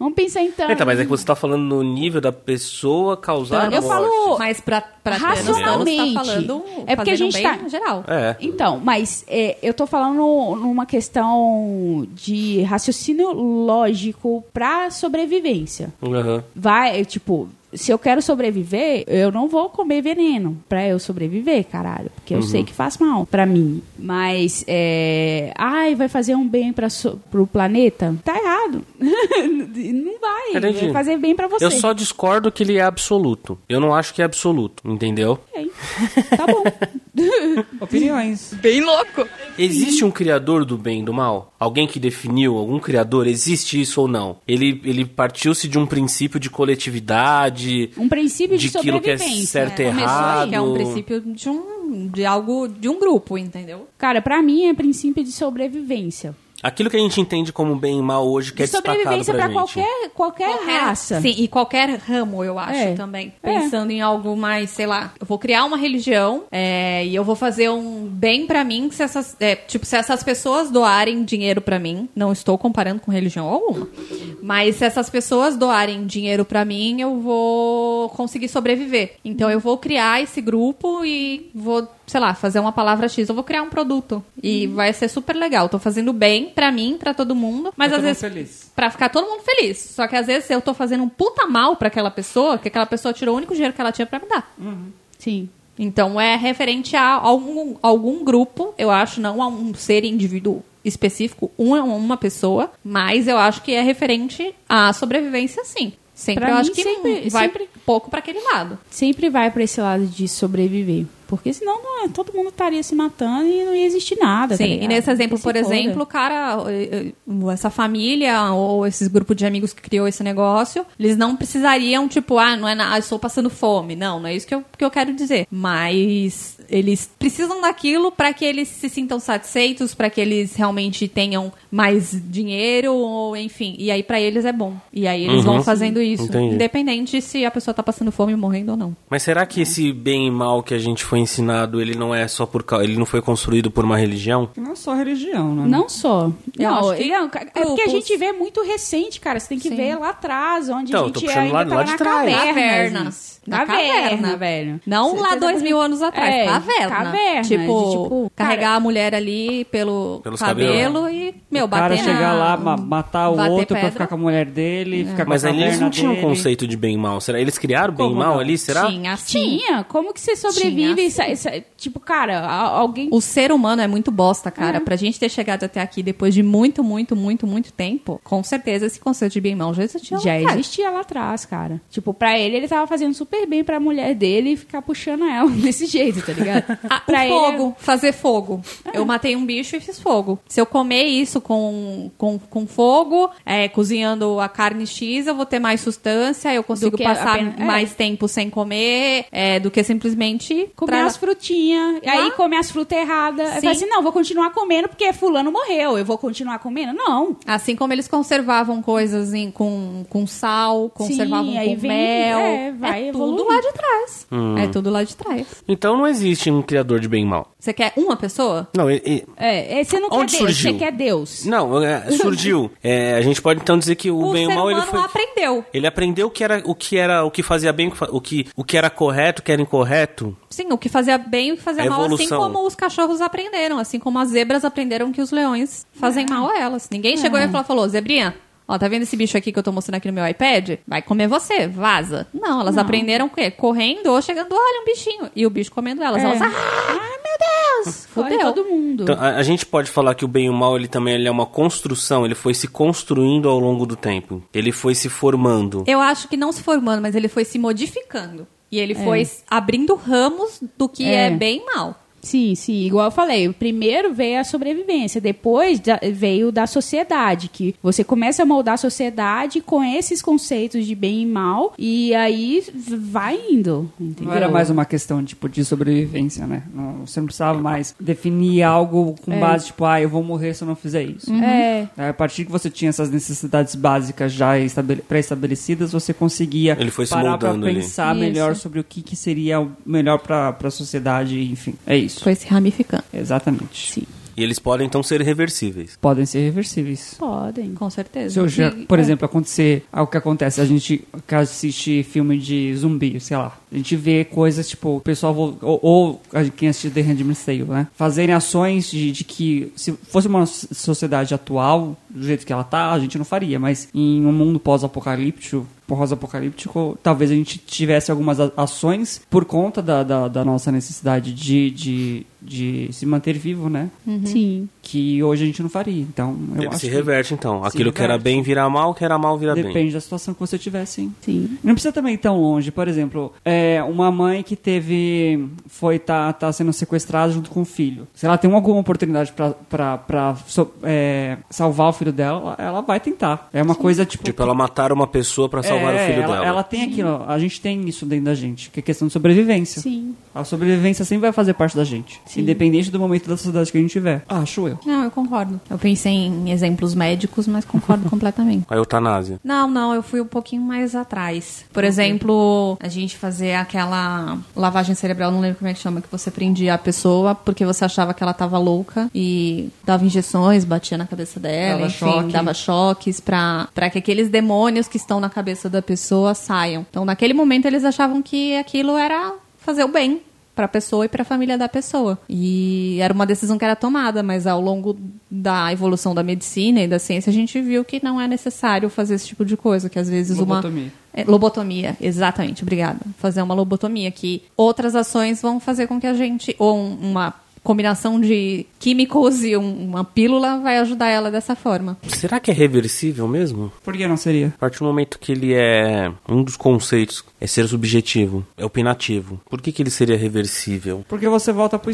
D: Vamos pensar em Thanos.
A: Eita, mas é que você tá falando no nível da pessoa causar
G: Eu
A: a morte.
G: falo, mas pra, pra
D: racionalmente.
G: Tá falando,
D: É porque a
G: fazendo
D: gente
G: bem
D: tá-
G: em geral.
A: É.
D: Então, mas é, eu tô falando numa questão de raciocínio lógico pra sobrevivência.
A: Aham.
D: Vai, é, tipo, se eu quero sobreviver, eu não vou comer veneno pra eu sobreviver, caralho. Porque
A: Uhum.
D: eu sei que faz mal pra mim. Mas, é, ai, vai fazer um bem pra so, pro planeta? Tá errado. não vai.
A: Entendi.
D: Vai fazer bem pra você.
A: Eu só discordo que ele é absoluto. Eu não acho que é absoluto, entendeu?
D: Ok. Tá bom.
E: Opiniões.
C: Bem louco.
A: Existe um criador do bem e do mal? Alguém que definiu, algum criador, existe isso ou não? Ele, ele partiu-se de um princípio de coletividade,
D: Um princípio de,
A: de aquilo que é
D: sobrevivência.
A: certo e
G: Começou aí,
A: errado.
G: que é um princípio de um de algo de um grupo, entendeu?
D: Cara, pra mim é princípio de sobrevivência.
A: Aquilo que a gente entende como bem e mal hoje que é
D: de sobrevivência
A: destacado pra,
D: pra
A: gente.
D: qualquer, qualquer,
G: Qualquer-
D: raça.
G: Sim, e qualquer ramo, eu acho
D: É.
G: também.
D: É.
G: Pensando em algo mais, sei lá, eu vou criar uma religião é, e eu vou fazer um bem pra mim se essas, é, tipo, se essas pessoas doarem dinheiro pra mim, não estou comparando com religião alguma, mas se essas pessoas doarem dinheiro pra mim, eu vou conseguir sobreviver. Então eu vou criar esse grupo e vou sei lá, fazer uma palavra X, eu vou criar um produto e
D: Uhum.
G: vai ser super legal. Tô fazendo bem pra mim, pra todo mundo, mas
E: Pra
G: às
E: todo
G: vezes
E: mundo feliz.
G: Pra ficar todo mundo feliz. Só que às vezes eu tô fazendo um puta mal pra aquela pessoa, que aquela pessoa tirou o único dinheiro que ela tinha pra me dar.
D: Sim.
G: Então é referente a algum, algum grupo, eu acho, não a um ser indivíduo específico, um é uma pessoa, mas eu acho que é referente à sobrevivência, sim. Sempre
D: Pra
G: eu
D: mim,
G: acho que
D: sempre-
G: vai
D: sempre-
G: pouco pra aquele lado.
D: Sempre vai pra esse lado de sobreviver. Porque senão não é- todo mundo estaria se matando e não ia existir nada.
G: Sim,
D: tá
G: e
D: ligado?
G: nesse exemplo,
D: Que se
G: por
D: foda.
G: exemplo, o cara, eh, eh, essa família ou esses grupos de amigos que criou esse negócio, eles não precisariam, tipo, ah, não é nada, estou passando fome. Não, não é isso que eu, que eu quero dizer. Mas eles precisam daquilo para que eles se sintam satisfeitos, para que eles realmente tenham mais dinheiro, ou enfim. E aí para eles é bom. E aí eles
A: Uhum.
G: vão fazendo isso,
A: Entendi.
G: independente se a pessoa tá passando fome, morrendo ou não.
A: Mas será que esse bem e mal que a gente foi ensinado, ele não é só por causa. ele não foi construído por uma religião?
E: Que não é só religião, né?
D: Não só.
G: Eu
D: não,
G: acho que
D: ele é, um ca- é porque a
G: grupos-
D: gente vê muito recente, cara. Você tem que ver lá atrás, onde
A: Então,
D: a
A: eu tô
D: gente
A: puxando
D: ainda
A: lá-
D: tava
A: lá de
D: na
A: trás.
D: caverna.
G: Caverna.
D: gente.
G: Na caverna.
D: velho.
G: Não
D: Você
G: lá
D: tá-
G: dois mil anos atrás,
D: É,
G: caverna.
D: caverna,
G: Tipo,
D: de, tipo,
G: carregar
D: cara-
G: a mulher ali pelo
A: Pelos
G: cabelo
A: cabelos.
G: e, meu,
E: O cara
G: bater na-
E: chegar lá, ma- matar o
G: bater
E: outro pra
G: pedra. É.
E: ficar com a mulher dele, ficar com
A: Mas
E: a
A: ali eles não
E: caverna
A: tinham
E: dele.
A: conceito de bem e mal. Será? Eles criaram bem e
E: Como
A: mal
E: não?
A: ali? Será?
G: Tinha, sim.
D: Tinha. Como que você sobrevive?
G: Tinha,
D: e sai- sai- tipo, cara, a- alguém.
G: O ser humano é muito bosta, cara. Pra gente ter chegado até aqui depois de muito, muito, muito, muito tempo, com certeza esse conceito de bem e mal já existia. lá
D: Já
G: atrás.
D: existia lá atrás, cara. Tipo, pra ele, ele tava fazendo super bem pra mulher dele e ficar puxando ela desse jeito, tá ligado?
G: Ah,
D: pra É.
G: o fogo, fazer fogo. Eu matei um bicho e fiz fogo. Se eu comer isso com, com, com fogo, é, cozinhando a carne X, eu vou ter mais sustância, eu consigo
D: que
G: passar
D: apenas- é.
G: mais tempo sem comer, é, do que simplesmente
D: Comer
G: pra-
D: as frutinhas, e aí
G: Lá-
D: comer as frutas erradas. Aí
G: Sim.
D: fala assim, não, vou continuar comendo porque fulano morreu, eu vou continuar comendo? Não.
G: Assim como eles conservavam coisas em- com, com sal, conservavam
D: aí
G: com
D: vem-
G: mel.
D: é, vai
G: tudo
D: evoluindo.
G: lá de trás.
A: Hum.
G: É tudo lá de trás.
A: Então não existe um criador de bem e mal.
G: Você quer uma pessoa?
A: Não, e- e-
D: É, é, você não
A: Onde
D: quer Deus,
A: surgiu?
D: você quer Deus.
A: não é, surgiu. É, a gente pode então dizer que o,
G: O,
A: bem e
G: ser
A: o mal ele
G: humano
A: foi.
G: aprendeu.
A: Ele aprendeu o que era o que era o que fazia bem, o que fa- o que o que era correto, o que era incorreto.
G: Sim, o que fazia bem e o que fazia
A: A
G: mal, assim
A: evolução.
G: como os cachorros aprenderam, assim como as zebras aprenderam que os leões fazem mal a elas. Ninguém chegou e falou, falou, zebrinha, ó, tá vendo esse bicho aqui que eu tô mostrando aqui no meu iPad? Vai comer você, vaza. Não, elas aprenderam o quê? Correndo ou chegando, olha um bichinho. E o bicho comendo elas. Elas, ah,
D: Fode
G: fudeu.
D: todo mundo.
A: Então, a, a gente pode falar que o bem e o mal ele também ele é uma construção, ele foi se construindo ao longo do tempo. Ele foi se formando.
G: eu acho que não se formando, mas ele foi se modificando. E ele foi abrindo ramos do que
D: É.
G: é, bem e mal.
D: Sim, sim. Igual eu falei, primeiro veio a sobrevivência, depois da- veio da sociedade, que você começa a moldar a sociedade com esses conceitos de bem e mal, e aí v- vai indo, entendeu?
E: Não
A: é
E: era mais uma questão tipo de sobrevivência, né? Não- você não precisava mais definir algo com
G: É.
E: base tipo, ah, eu vou morrer se eu não fizer isso.
G: Hum.
D: É,
E: Aí, A partir que você tinha essas necessidades básicas já estabele- pré-estabelecidas, você conseguia
A: Ele foi se
E: parar pra
A: moldando ali.
E: pensar
D: Isso.
E: melhor sobre o que, que seria o melhor pra, pra sociedade, enfim. É isso.
G: Foi se ramificando.
E: Exatamente.
D: Sim.
A: E eles podem então ser reversíveis.
E: Podem ser reversíveis.
D: podem.
G: Com certeza.
E: Se hoje,
G: E- é.
E: por exemplo, acontecer o que acontece, a gente que assiste filme de zumbi, sei lá, a gente vê coisas tipo, o pessoal, vol- ou, ou a gente- quem assistiu The Handmaid's Tale, né? Fazerem ações de, de que, se fosse uma s- sociedade atual, do jeito que ela tá, a gente não faria, mas em um mundo pós-apocalíptico, pós-apocalíptico, talvez a gente tivesse algumas a- ações por
D: Uhum.
E: conta da, da, da nossa necessidade de, de, de se manter vivo, né?
D: Sim.
E: que hoje a gente não faria. Então, eu
A: Ele
E: acho
A: se
E: que
A: reverte, então. Aquilo que era
E: reverte.
A: bem vira mal, que era mal vira bem.
E: depende da situação que você tiver, sim.
D: Sim.
E: Não precisa também ir tão longe. Por exemplo, é, uma mãe que teve. foi tá, tá sendo sequestrada junto com o filho. Se ela tem alguma oportunidade pra, pra, pra so- é, salvar o filho dela, ela ela vai tentar. É uma coisa tipo.
A: Tipo, ela matar uma pessoa pra salvar
E: é,
A: o filho
E: ela,
A: dela.
E: Ela tem aquilo, a gente tem isso dentro da gente, que é questão de sobrevivência.
D: Sim.
E: A sobrevivência sempre vai fazer parte da gente, independente do momento da sociedade que a gente tiver. Acho eu.
G: Não, eu concordo. Eu pensei em exemplos médicos, mas concordo completamente.
A: A eutanásia.
G: Não, não, eu fui um pouquinho mais atrás. Por exemplo, a gente fazer aquela lavagem cerebral, não lembro como é que chama, que você prendia a pessoa porque você achava que ela tava louca e dava injeções, batia na cabeça dela,
E: Dava
G: enfim,
E: choque.
G: dava choques pra, pra que aqueles demônios que estão na cabeça da pessoa saiam. Então, naquele momento, eles achavam que aquilo era fazer o bem pra pessoa e pra família da pessoa. E era uma decisão que era tomada, mas ao longo da evolução da medicina e da ciência, a gente viu que não é necessário fazer esse tipo de coisa, que às vezes
E: Lobotomia.
G: uma... É, lobotomia, exatamente, obrigada. Fazer uma lobotomia, que outras ações vão fazer com que a gente, ou um- uma combinação de químicos e um- uma pílula vai ajudar ela dessa forma.
A: Será que é reversível mesmo?
E: Por que não seria?
A: A partir do momento que ele é. Um dos conceitos é ser subjetivo, é opinativo. Por que, que ele seria reversível?
E: Porque você volta pro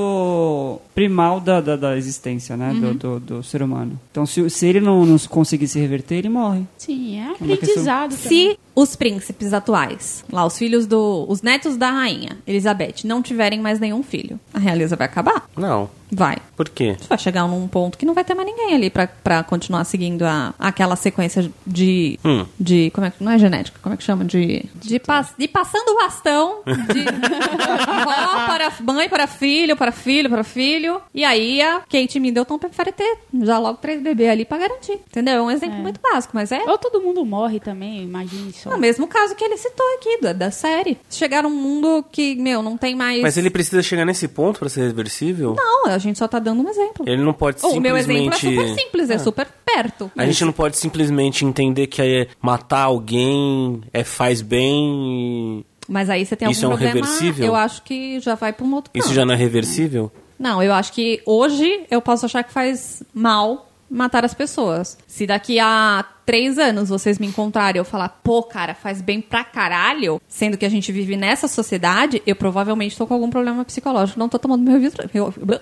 E: estado primal da, da, da existência, né? Do, do, do ser humano. Então, se, se ele não, não conseguir se reverter, ele morre.
D: Sim, é
E: questão-
D: aprendizado. também.
G: Se os príncipes atuais, lá os filhos do, os netos da rainha Elizabeth, não tiverem mais nenhum filho, a realeza vai acabar?
A: Não.
G: Vai.
A: Por quê?
G: Vai chegar num ponto que não vai ter mais ninguém ali pra, pra continuar seguindo a, aquela sequência de,
A: Hum.
G: de. Como é que. Não é genética, como é que chama? De. De, pas- de passando o bastão. De vó para mãe, para filho, para filho, para filho. E aí a Kate Middleton prefere ter já logo três bebês ali pra garantir. Entendeu? É um exemplo muito básico, mas é.
D: Ou todo mundo morre também, imagine só.
G: O mesmo caso que ele citou aqui, da, da série. Chegar num mundo que, meu, não tem mais.
A: Mas ele precisa chegar nesse ponto pra ser reversível?
G: Não, a gente só tá dando um exemplo.
A: Ele não pode
G: O meu exemplo é
A: simplesmente. Ah.
G: super simples, é, super perto.
A: A gente não pode simplesmente entender que é matar alguém é faz bem e
G: Mas aí você tem algum
A: Isso é um
G: problema.
A: reversível?
G: Eu acho que já vai pra um outro
A: isso
G: canto.
A: já não é reversível?
G: Não, eu acho que hoje eu posso achar que faz mal matar as pessoas. Se daqui a três anos vocês me encontrarem e eu falar, pô, cara, faz bem pra caralho, sendo que a gente vive nessa sociedade, eu provavelmente tô com algum problema psicológico, não tô tomando meu Rivotril- Rivo-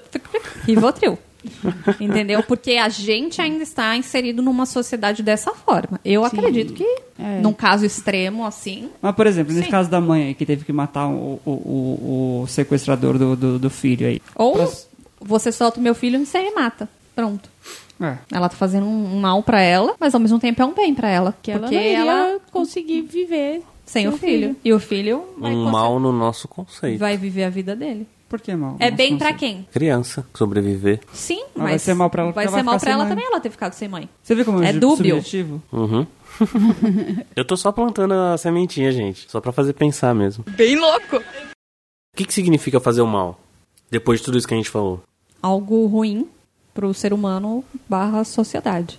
G: Rivotril. Entendeu? Porque a gente ainda está inserido numa sociedade dessa forma. Eu acredito que, num caso extremo assim,
E: Mas, por exemplo, nesse
G: Sim.
E: caso da mãe aí, que teve que matar o, o, o, o sequestrador do, do, do filho aí.
G: ou
E: Pros-
G: você solta o meu filho e você me mata. Pronto.
E: É.
G: Ela tá fazendo um um mal pra ela, mas ao mesmo tempo é um bem pra ela.
D: Que ela
G: porque
D: não iria
G: ela,
D: conseguir viver
G: sem o um filho. E o filho vai,
A: Um
G: conse-
A: mal no nosso conceito.
G: vai viver a vida dele.
E: Por que mal?
G: É
E: Nossa,
G: bem
E: não
G: pra
E: sei.
G: quem?
A: Criança, sobreviver.
G: Sim, mas,
E: Mas vai ser mal pra ela
G: vai
E: porque ela
G: ser
E: vai
G: mal
E: ficar
G: pra
E: sem
G: ela
E: mãe.
G: também ela ter ficado sem mãe.
E: Você vê como é,
G: É
E: ju-
G: dúbio.
E: subjetivo?
A: Uhum. Eu tô só plantando a sementinha, gente. Só pra fazer pensar mesmo. Bem louco! O que, que significa fazer o mal? Depois de tudo isso que a gente falou.
G: Algo ruim pro ser humano barra sociedade.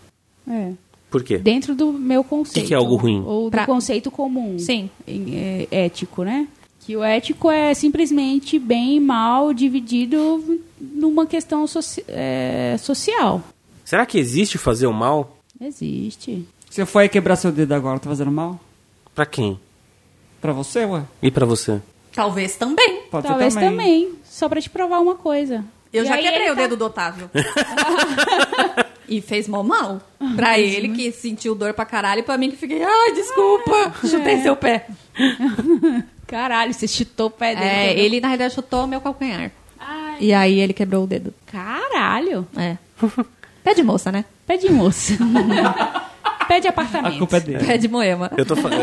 D: é,
A: Por quê?
D: dentro do meu conceito.
A: Que que é algo ruim?
D: Ou do
G: Pra-
D: conceito comum.
G: Sim.
D: em- é, ético, né? Que o ético é simplesmente bem e mal dividido numa questão soci- é, social.
A: Será que existe fazer o mal?
D: Existe.
E: Você foi quebrar seu dedo agora, tá fazendo mal?
A: Pra quem?
E: Pra você, ué?
A: E pra você?
G: Talvez também.
E: Pode
D: Talvez
E: ser
D: também. Só pra te provar uma coisa.
G: Eu
D: E
G: já
D: aí
G: quebrei
D: ele
G: o
D: tá-
G: dedo do Otávio. e fez mó mal. Pra ele que sentiu dor pra caralho e pra mim que fiquei, ai, desculpa, chutei seu pé.
D: tá- Caralho, você chutou o pé dele.
G: É,
D: entendeu?
G: ele na realidade chutou meu calcanhar.
D: Ai,
G: E aí ele quebrou o dedo.
D: caralho.
G: É. Pé de moça, né?
D: Pé de moço. Pé de apartamento.
E: A culpa é dele.
G: Pé de Moema.
A: Eu tô falando.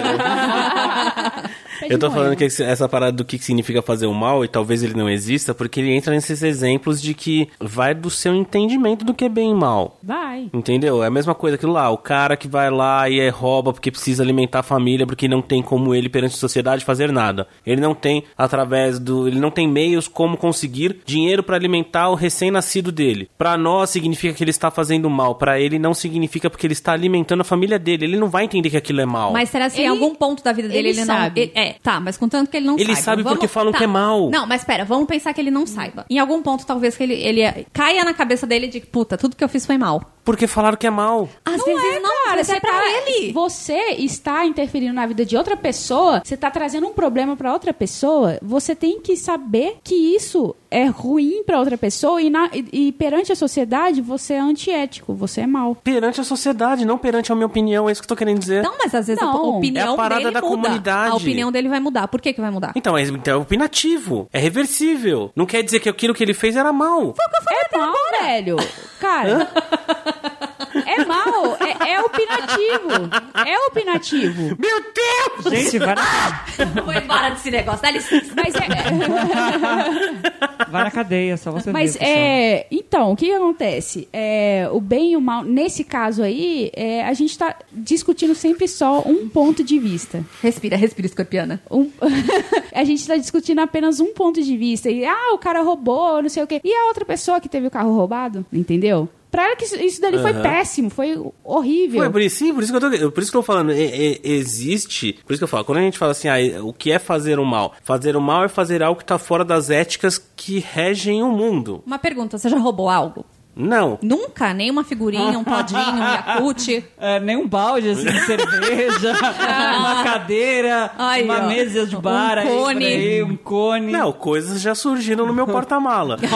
D: Pé de
A: Eu tô
D: moema.
A: falando que esse- essa parada do que que significa fazer o mal, e talvez ele não exista, porque ele entra nesses exemplos de que vai do seu entendimento do que é bem e mal.
D: Vai.
A: Entendeu? É a mesma coisa aquilo lá, o cara que vai lá e é, rouba porque precisa alimentar a família, porque não tem como ele perante a sociedade fazer nada. Ele não tem através do, ele não tem meios como conseguir dinheiro pra alimentar o recém-nascido dele. Pra nós significa que ele está fazendo mal, Pra ele não significa porque ele está alimentando a família dele. Ele não vai entender que aquilo é mal.
G: Mas será que em
D: Ele-
G: algum ponto da vida dele ele,
D: ele
G: não.
D: sabe.
G: ele- é. Tá, mas contanto que ele não
A: Ele
G: saiba. tá.
A: sabe porque falam que é mal.
G: Não, mas pera, vamos pensar que ele não saiba. Em algum ponto, talvez que ele, ele caia na cabeça dele de puta, tudo que eu fiz foi mal.
A: Porque falaram que é mal.
G: Às vezes não,
D: Cara,
G: cara, isso é pra
D: tá-
G: ele.
D: Você está interferindo na vida de outra pessoa, você está trazendo um problema para outra pessoa, você tem que saber que isso é ruim para outra pessoa e, na- e- e perante a sociedade você é antiético, você é mal.
A: Perante a sociedade, não perante a minha opinião, é isso que eu tô querendo dizer.
G: Não, Então, mas às vezes a
D: Não.
G: op- opinião
A: É a parada
G: dele
A: da
G: muda.
A: comunidade.
G: A opinião dele vai mudar. Por que que vai mudar?
A: Então, é, então é opinativo. É reversível. Não quer dizer que aquilo que ele fez era mal.
D: É mal, velho. Cara. É mal, é, é opinativo. É opinativo.
A: Meu Deus!
E: Gente, vai na,
G: Vou embora desse negócio, dá licença.
D: Mas é.
E: vai na cadeia, só você
D: Mas
E: ver. pessoal.
D: é, então, o que, que acontece? É, o bem e o mal, nesse caso aí, é, a gente tá discutindo sempre só um ponto de vista.
G: Respira, respira, escorpiana.
D: Um- a gente tá discutindo apenas um ponto de vista. E, ah, o cara roubou, não sei o quê. E a outra pessoa que teve o carro roubado? Entendeu? Pra ela que isso, isso dali foi péssimo, foi horrível.
A: Foi, é por isso, sim, por isso que eu tô, por isso que eu tô falando, e- e- existe, por isso que eu falo, quando a gente fala assim, ah, o que é fazer o mal? Fazer o mal é fazer algo que tá fora das éticas que regem o mundo.
G: Uma pergunta, você já roubou algo?
A: Não.
G: Nunca? Nem uma figurinha, um todinho, um Yakult?
E: É, nem um balde assim, de cerveja, uma cadeira,
G: Aí,
E: uma
G: Ah. ó.
E: mesa de
G: Um
E: bar, aí, por
G: cone.
E: aí, um cone.
A: Não, coisas já surgiram no meu porta-mala.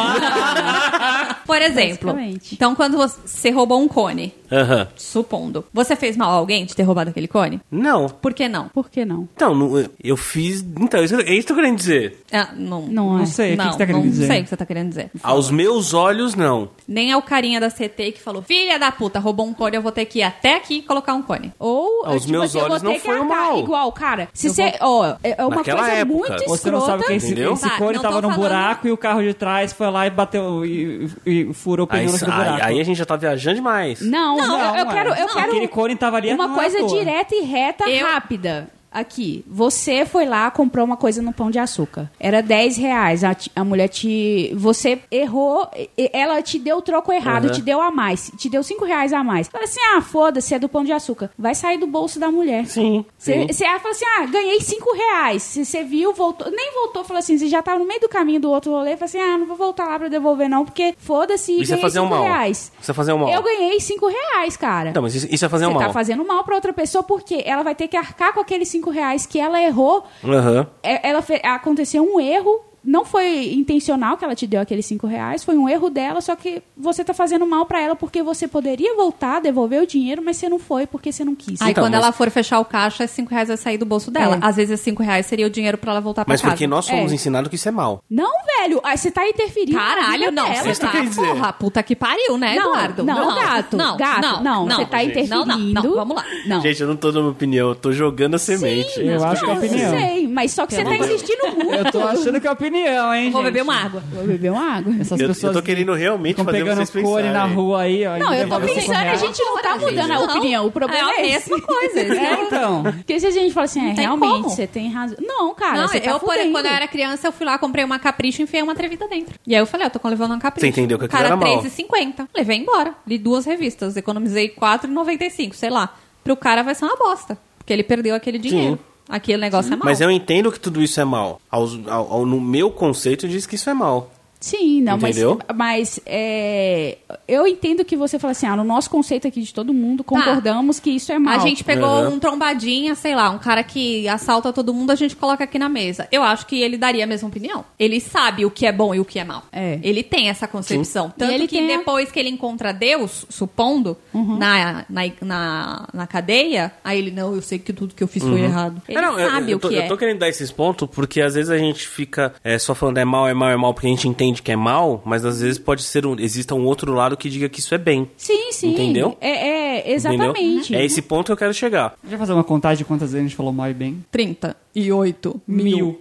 G: Por exemplo,
D: Basicamente.
G: então quando você roubou um cone,
A: Aham.
G: supondo, você fez mal a alguém de ter roubado aquele cone?
A: Não.
G: Por que não?
D: Por que não?
A: Então, não- eu fiz. Então, isso- é isso que eu tô querendo dizer.
G: Ah, não.
D: Não é.
E: Não sei, o que
G: Não,
E: que você tá querendo
G: não
E: dizer?
G: sei o que você tá querendo dizer.
A: Aos meus olhos, não.
G: Nem é o carinha da CT que falou, filha da puta, roubou um cone, eu vou ter que ir até aqui e colocar um cone.
D: Ou
A: Aos Ah,
D: tipo
A: meus
D: assim, eu vou
A: olhos não
D: ter que
A: foi o
D: arcar.
A: mal.
D: Igual, cara. Se
G: Eu
D: você, ó, é é uma
A: Naquela
D: coisa
A: época.
D: muito escrota.
E: Você não sabe que esse,
A: Entendeu?
E: esse
G: Tá,
E: cone
G: não
E: tava
G: tô
E: num
G: falando-
E: buraco e o carro de trás foi lá e bateu e, e- e furou o
A: Aí,
E: pneu naquele
A: aí-
E: buraco.
A: aí a gente já tá viajando demais.
D: Não,
E: Não,
D: eu, eu
E: ué.
D: quero, eu
E: Não,
D: quero
E: aquele cone tava ali,
D: uma
E: não é à
D: coisa
E: toa.
D: direta e reta,
G: Eu-
D: rápida. Aqui, você foi lá, comprou uma coisa no Pão de Açúcar. Era 10 reais. A, ti- a mulher te... Você errou, e- ela te deu o troco errado,
A: Aham.
D: te deu a mais. Te deu 5 reais a mais. Fala assim, ah, foda-se, é do Pão de Açúcar. Vai sair do bolso da mulher.
A: Sim, sim.
D: Você fala assim, ah, ganhei 5 reais. Você viu, voltou... Nem voltou, falou assim, você já tava no meio do caminho do outro rolê. Fala assim, ah, não vou voltar lá pra devolver não, porque foda-se,
A: Isso é
D: ganhei
E: um
A: fazer o
D: 5
A: mal.
D: reais.
A: Isso é fazer o mal.
D: Eu ganhei 5 reais, cara.
A: Então, mas isso, isso é fazer o
D: Você
A: mal.
D: tá fazendo mal pra outra pessoa porque ela vai ter que arcar com aqueles 5 reais que ela errou.
A: Aham.
D: É- Ela fe- Aconteceu um erro. Não foi intencional que ela te deu aqueles 5 reais, foi um erro dela, só que você tá fazendo mal pra ela porque você poderia voltar, devolver o dinheiro, mas você não foi porque você não quis.
G: Aí
A: Então,
G: quando
A: mas-
G: ela for fechar o caixa, é 5 reais vai sair do bolso dela.
D: É.
G: Às vezes 5 reais seria o dinheiro pra ela voltar pra
A: Mas
G: casa.
A: porque nós fomos
D: É.
A: ensinados que isso é mal.
D: Não, velho, aí você tá interferindo. na
G: Caralho,
D: vida
G: não.
D: dela,
G: Você
A: isso que
G: tá,
A: eu quis dizer.
G: porra, puta que pariu, né,
D: Não,
G: Eduardo?
D: não, gato, gato, não, você tá
G: gente, Não, não, não,
D: interferindo.
G: vamos lá.
D: Não.
A: Gente, eu não tô dando opinião, eu tô jogando a semente.
E: Eu acho que é opinião.
D: Eu sei, mas só que você tá insistindo muito.
E: Eu tô achando que é opinião, hein,
G: Vou
E: gente?
G: beber um uma água.
D: Vou beber uma água.
E: Essas
A: Eu- eu
E: pessoas
A: tô querendo realmente
E: ficam
A: fazer
E: pegando
A: vocês
E: cone na
A: pensarem.
E: rua aí, ó. e
D: Não, eu tô
E: devolvendo cinco
D: pensando, a
E: reais.
D: gente não tá mudando a
G: Não,
D: opinião. O
G: é
D: problema
G: a
D: é, esse.
G: mesma coisa. esse
E: É,
G: é o-
E: então.
D: Porque se a gente fala assim, é,
G: tem
D: realmente,
G: como.
D: você tem razão. Não, cara,
G: Não,
D: você tá
G: eu, por-
D: fudendo.
G: quando eu era criança, eu fui lá, comprei uma capricho e enfiei uma trevida dentro. E aí eu falei, eu tô levando uma capricho.
A: Você entendeu que aquilo
G: Cara,
A: era mal.
G: R$3,50. Levei embora. Li duas revistas, economizei R$4,95, sei lá. Pro cara vai ser uma bosta. Porque ele perdeu aquele dinheiro.
A: Sim.
G: Aquele negócio é mal.
A: Mas eu entendo que tudo isso é mal. Aos- ao- ao- no meu conceito diz que isso é mal.
D: Sim, não,
A: Entendeu?
D: mas, mas é, eu entendo que você fala assim, ah, no nosso conceito aqui de todo mundo, concordamos que isso é mal.
G: Tá. A gente pegou
A: Uhum.
G: um trombadinha, sei lá, um cara que assalta todo mundo, a gente coloca aqui na mesa. Eu acho que ele daria a mesma opinião. Ele sabe o que é bom e o que é mal.
D: É.
G: Ele tem essa concepção. Tanto
D: E ele
G: que
D: tem a-
G: depois que ele encontra Deus, supondo, na, na, na, na cadeia, aí ele, não, eu sei que tudo que eu fiz foi errado. Ele
A: É, não, eu-
G: sabe
A: eu,
G: o
A: tô,
G: que
A: eu
G: é.
A: tô querendo dar esses pontos porque às vezes a gente fica é, só falando é mal, é mal, é mal porque a gente entende que é mal, mas às vezes pode ser um, exista um outro lado que diga que isso é bem.
D: Sim, sim.
A: Entendeu?
D: É, é,
A: Entendeu?
D: exatamente.
A: É esse ponto que eu quero chegar.
E: Deixa eu fazer uma contagem de quantas vezes a gente falou mal e bem.
G: 38
E: Mil.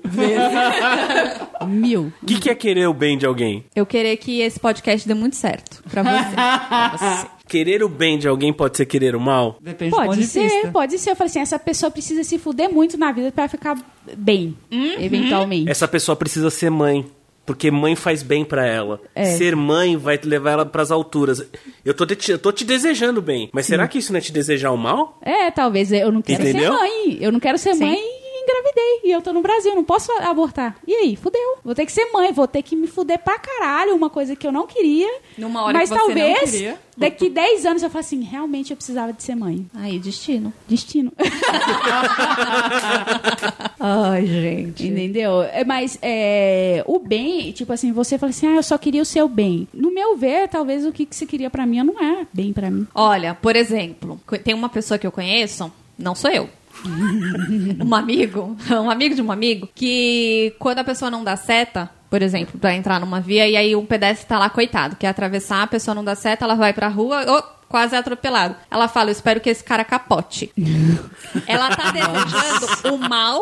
D: Mil.
A: O que, que é querer o bem de alguém?
G: Eu querer que esse podcast dê muito certo pra você.
A: Querer o bem de alguém pode ser querer o mal?
E: Depende do ponto
D: Pode
E: de
D: ser,
E: vista.
D: pode ser. Eu falei assim, essa pessoa precisa se fuder muito na vida pra ficar bem,
G: Uhum.
D: eventualmente.
A: Essa pessoa precisa ser mãe. Porque mãe faz bem pra ela.
D: É.
A: Ser mãe vai levar ela pras alturas. Eu tô, te, eu tô te desejando bem. Mas será que isso não é te desejar o mal?
D: É, talvez eu não quero
A: Entendeu?
D: ser mãe. Eu não quero ser
G: Sim.
D: mãe em engravidei e eu tô no Brasil, não posso abortar. E aí, fudeu. Vou ter que ser mãe, vou ter que me fuder pra caralho, uma coisa que eu não queria.
G: Numa hora
D: mas
G: que você não
D: talvez
G: queria.
D: daqui 10 anos eu falo assim, realmente eu precisava de ser mãe.
G: Aí, destino.
D: Destino.
G: Ai, gente.
D: Entendeu? É, Mas é, o bem, tipo assim, você fala assim, ah, eu só queria o seu bem. No meu ver, talvez o que, que você queria pra mim não é bem pra mim.
G: Olha, por exemplo, co- tem uma pessoa que eu conheço, não sou eu. um amigo, um amigo de um amigo, que quando a pessoa não dá seta, por exemplo, pra entrar numa via, e aí um pedestre tá lá, coitado, quer atravessar, a pessoa não dá seta, ela vai pra rua, ô, quase é atropelado. Ela fala, eu espero que esse cara capote. ela tá desejando o mal,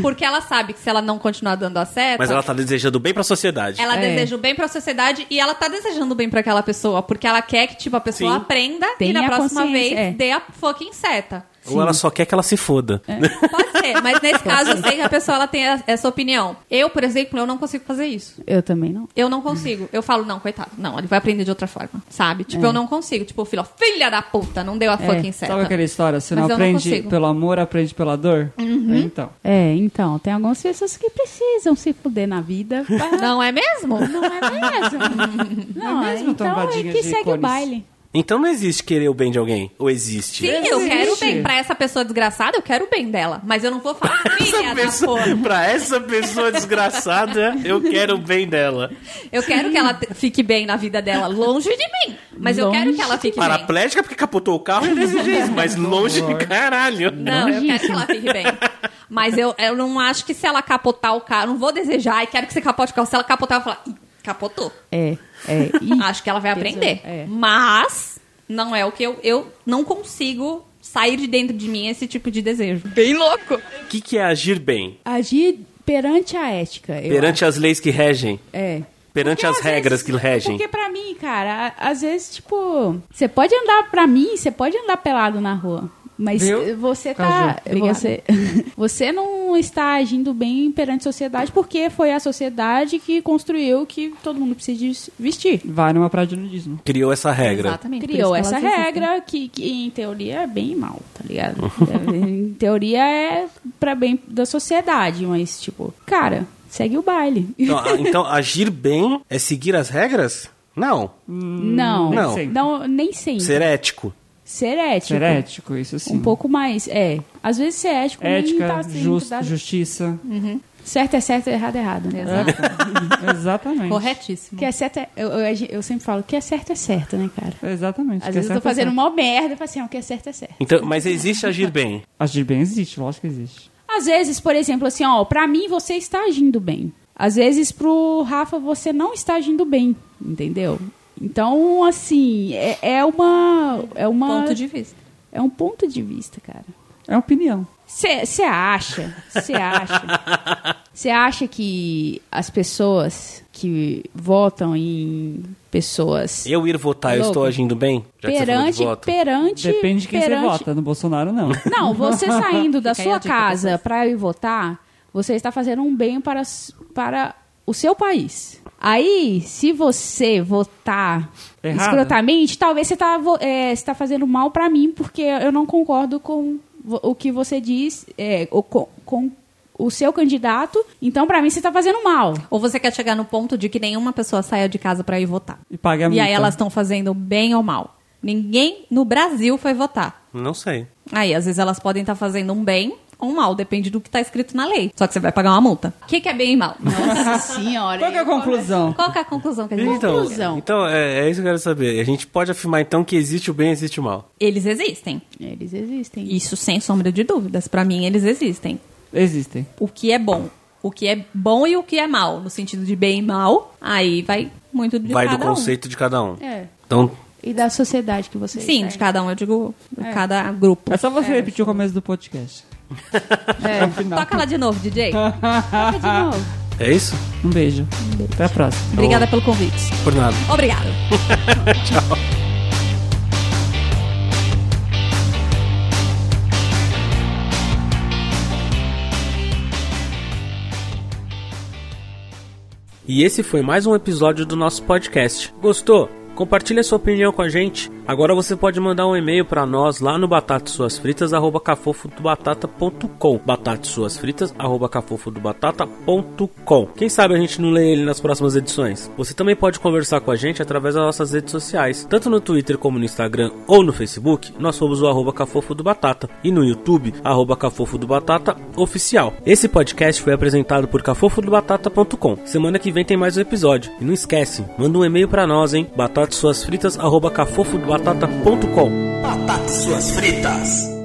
G: porque ela sabe que se ela não continuar dando a seta...
A: Mas ela tá desejando bem pra sociedade.
G: Ela
D: É.
G: deseja o bem pra sociedade e ela tá desejando o bem pra aquela pessoa, porque ela quer que, tipo, a pessoa
A: Sim.
G: aprenda e
D: Tenha
G: na próxima
D: consciência,
G: vez
D: é.
G: dê a fucking seta.
A: Ou ela só quer que ela se foda.
D: É.
G: Pode ser, mas nesse caso eu sei que a pessoa ela tem a- essa opinião. Eu, por exemplo, eu não consigo fazer isso.
D: Eu também não.
G: Eu não consigo. Eu falo, não, coitado. Não, ele vai aprender de outra forma, sabe? Tipo,
D: É.
G: eu não consigo. Tipo, o filho, ó, filha da puta, não deu a fucking seta.
E: Sabe aquela história? Se não
G: Mas eu não
E: aprende
G: consigo.
E: pelo amor, aprende pela dor? Então.
D: É, então, tem algumas pessoas que precisam se fuder na vida. pra-
G: Não é mesmo?
D: Não é mesmo? Não,
E: é mesmo,
D: então é
E: tombadinha
D: que
E: de
D: segue o
E: cones.
D: baile.
A: Então não existe querer o bem de alguém. Ou existe?
G: Sim, eu
E: Existe.
G: quero o bem. Pra essa pessoa desgraçada, eu quero o bem dela. Mas eu não vou falar, filha
D: tá
A: Essa
G: da
A: pessoa,
G: porra.
A: pra essa pessoa desgraçada, eu quero o bem dela.
G: Eu quero que ela te- fique bem na vida dela, longe de mim. Mas eu
D: Longe
G: quero que ela fique bem.
A: Paraplégica porque capotou o carro, eu desejei isso, mas longe de caralho.
G: Não, eu quero que ela fique bem. Mas eu, eu não acho que se ela capotar o carro, eu não vou desejar e quero que você capote o carro. Se ela capotar, eu vou falar, "Ih, capotou.
D: É, é. e-
G: Acho que ela vai aprender.
D: É.
G: Mas não é o que eu. Eu não consigo sair de dentro de mim esse tipo de desejo.
A: O que, que é agir bem?
D: Agir perante a ética. eu
A: Perante as leis que regem?
D: acho. É.
A: Perante
D: Porque
A: as
D: às
A: regras
D: vezes-
A: que regem?
D: Porque pra mim, cara, a- às vezes, tipo, você pode andar, pra mim, você pode andar pelado na rua. Mas
E: Viu?
D: você
E: Caju,
D: tá.
E: obrigada.
D: Você, você não está agindo bem perante a sociedade porque foi a sociedade que construiu que todo mundo precisa de se vestir.
E: Vai numa praia de nudismo.
A: Criou essa regra.
G: Exatamente. por isso
D: Criou
G: que
D: essa
G: elas existem.
D: regra que, que, em teoria, é bem mal, tá ligado? É, em teoria, é pra bem da sociedade, mas, tipo, cara, segue o baile.
A: Então, a- então, agir bem é seguir as regras? Não.
E: Hum,
D: Não,
A: Não.
D: não, nem sempre.
A: Ser ético.
D: Ser ético.
E: Ser ético, isso sim.
D: Tipo, Um pouco mais, é. Às vezes ser ético nem
E: Ética,
D: tá assim,
E: jus-
D: tá-
E: justiça.
D: Certo é certo, errado é errado. Né?
G: Exato.
E: É, Exatamente.
G: Corretíssimo.
D: Que é certo é, eu, eu, eu sempre falo, o que é certo é certo, né, cara?
E: Exatamente.
D: Às
E: que é
D: vezes eu tô
E: certo, é
D: fazendo
E: certo.
D: uma merda, eu falo assim, ah, o que é certo é certo.
A: Então, mas existe agir bem.
E: Agir assim. bem existe, lógico que existe.
D: Às vezes, por exemplo, assim, ó, pra mim você está agindo bem. Às vezes, pro Rafa, você não está agindo bem, entendeu? Então, assim, é, é uma. É uma.
G: Ponto de vista.
D: É um ponto de vista, cara.
E: É opinião.
D: Você acha, você acha, você acha que as pessoas que votam em pessoas
A: Eu ir votar, eu
D: Logo.
A: estou agindo bem? Já que você falou de
D: perante,
A: voto.
D: perante,
E: Depende de quem
D: perante,
E: você vota. No Bolsonaro, não.
D: Não, você saindo da
G: Fica aí a
D: sua
G: dica,
D: casa
G: pessoas.
D: para ir votar, você está fazendo um bem para, s- para o seu país. Aí, se você votar
E: Errado.
D: escrotamente, talvez você está tá fazendo mal para mim, porque eu não concordo com vo- o que você diz, é, ou com, com o seu candidato. Então, para mim, você está fazendo mal.
G: Ou você quer chegar no ponto de que nenhuma pessoa saia de casa pra ir votar.
E: E paga a
G: E aí
E: multa.
G: elas estão fazendo bem ou mal. Ninguém no Brasil foi votar.
A: Não sei.
G: Aí, às vezes, elas podem estar fazendo um bem ou um mal, depende do que tá escrito na lei. Só que você vai pagar uma multa. O que, que é bem e mal?
D: Nossa senhora.
E: Qual que é a conclusão?
G: Qual que é a conclusão que a gente
A: Então,
D: Conclusão.
A: então é, é isso que eu quero saber. A gente pode afirmar então que existe o bem e existe o mal.
G: Eles existem.
D: Eles existem.
G: Isso sem sombra de dúvidas. Pra mim, eles existem.
E: Existem.
G: O que é bom. O que é bom e o que é mal. No sentido de bem e mal, aí vai muito de
A: Vai do
G: cada
A: conceito de cada um.
D: É.
A: Então,
D: E da sociedade que você
G: um. Sim, de
D: está.
G: cada um, eu digo, de cada grupo.
E: É só você repetir o começo do podcast. É. Afinal.
G: Toca lá de novo, DJ.
D: Toca de novo.
A: é isso?
E: Um beijo. Até a próxima.
G: Obrigada pelo convite.
A: Por nada.
G: Obrigada.
A: E esse foi mais um episódio do nosso podcast. Gostou? Compartilhe a sua opinião com a gente. Agora você pode mandar um e-mail para nós lá no batatassuasfritas@cafofodobatata.com. batatassuasfritas@cafofodobatata.com. Quem sabe a gente não lê ele nas próximas edições. Você também pode conversar com a gente através das nossas redes sociais, tanto no Twitter como no Instagram ou no Facebook. Nós somos o arroba Cafofo do Batata e no YouTube arroba Cafofo do Batata oficial. Esse podcast foi apresentado por cafofodobatata.com. Semana que vem tem mais um episódio. E não esquece, manda um e-mail pra nós, hein? Batatas suas fritas arroba cafofodobatata.com.
F: Batatas suas fritas.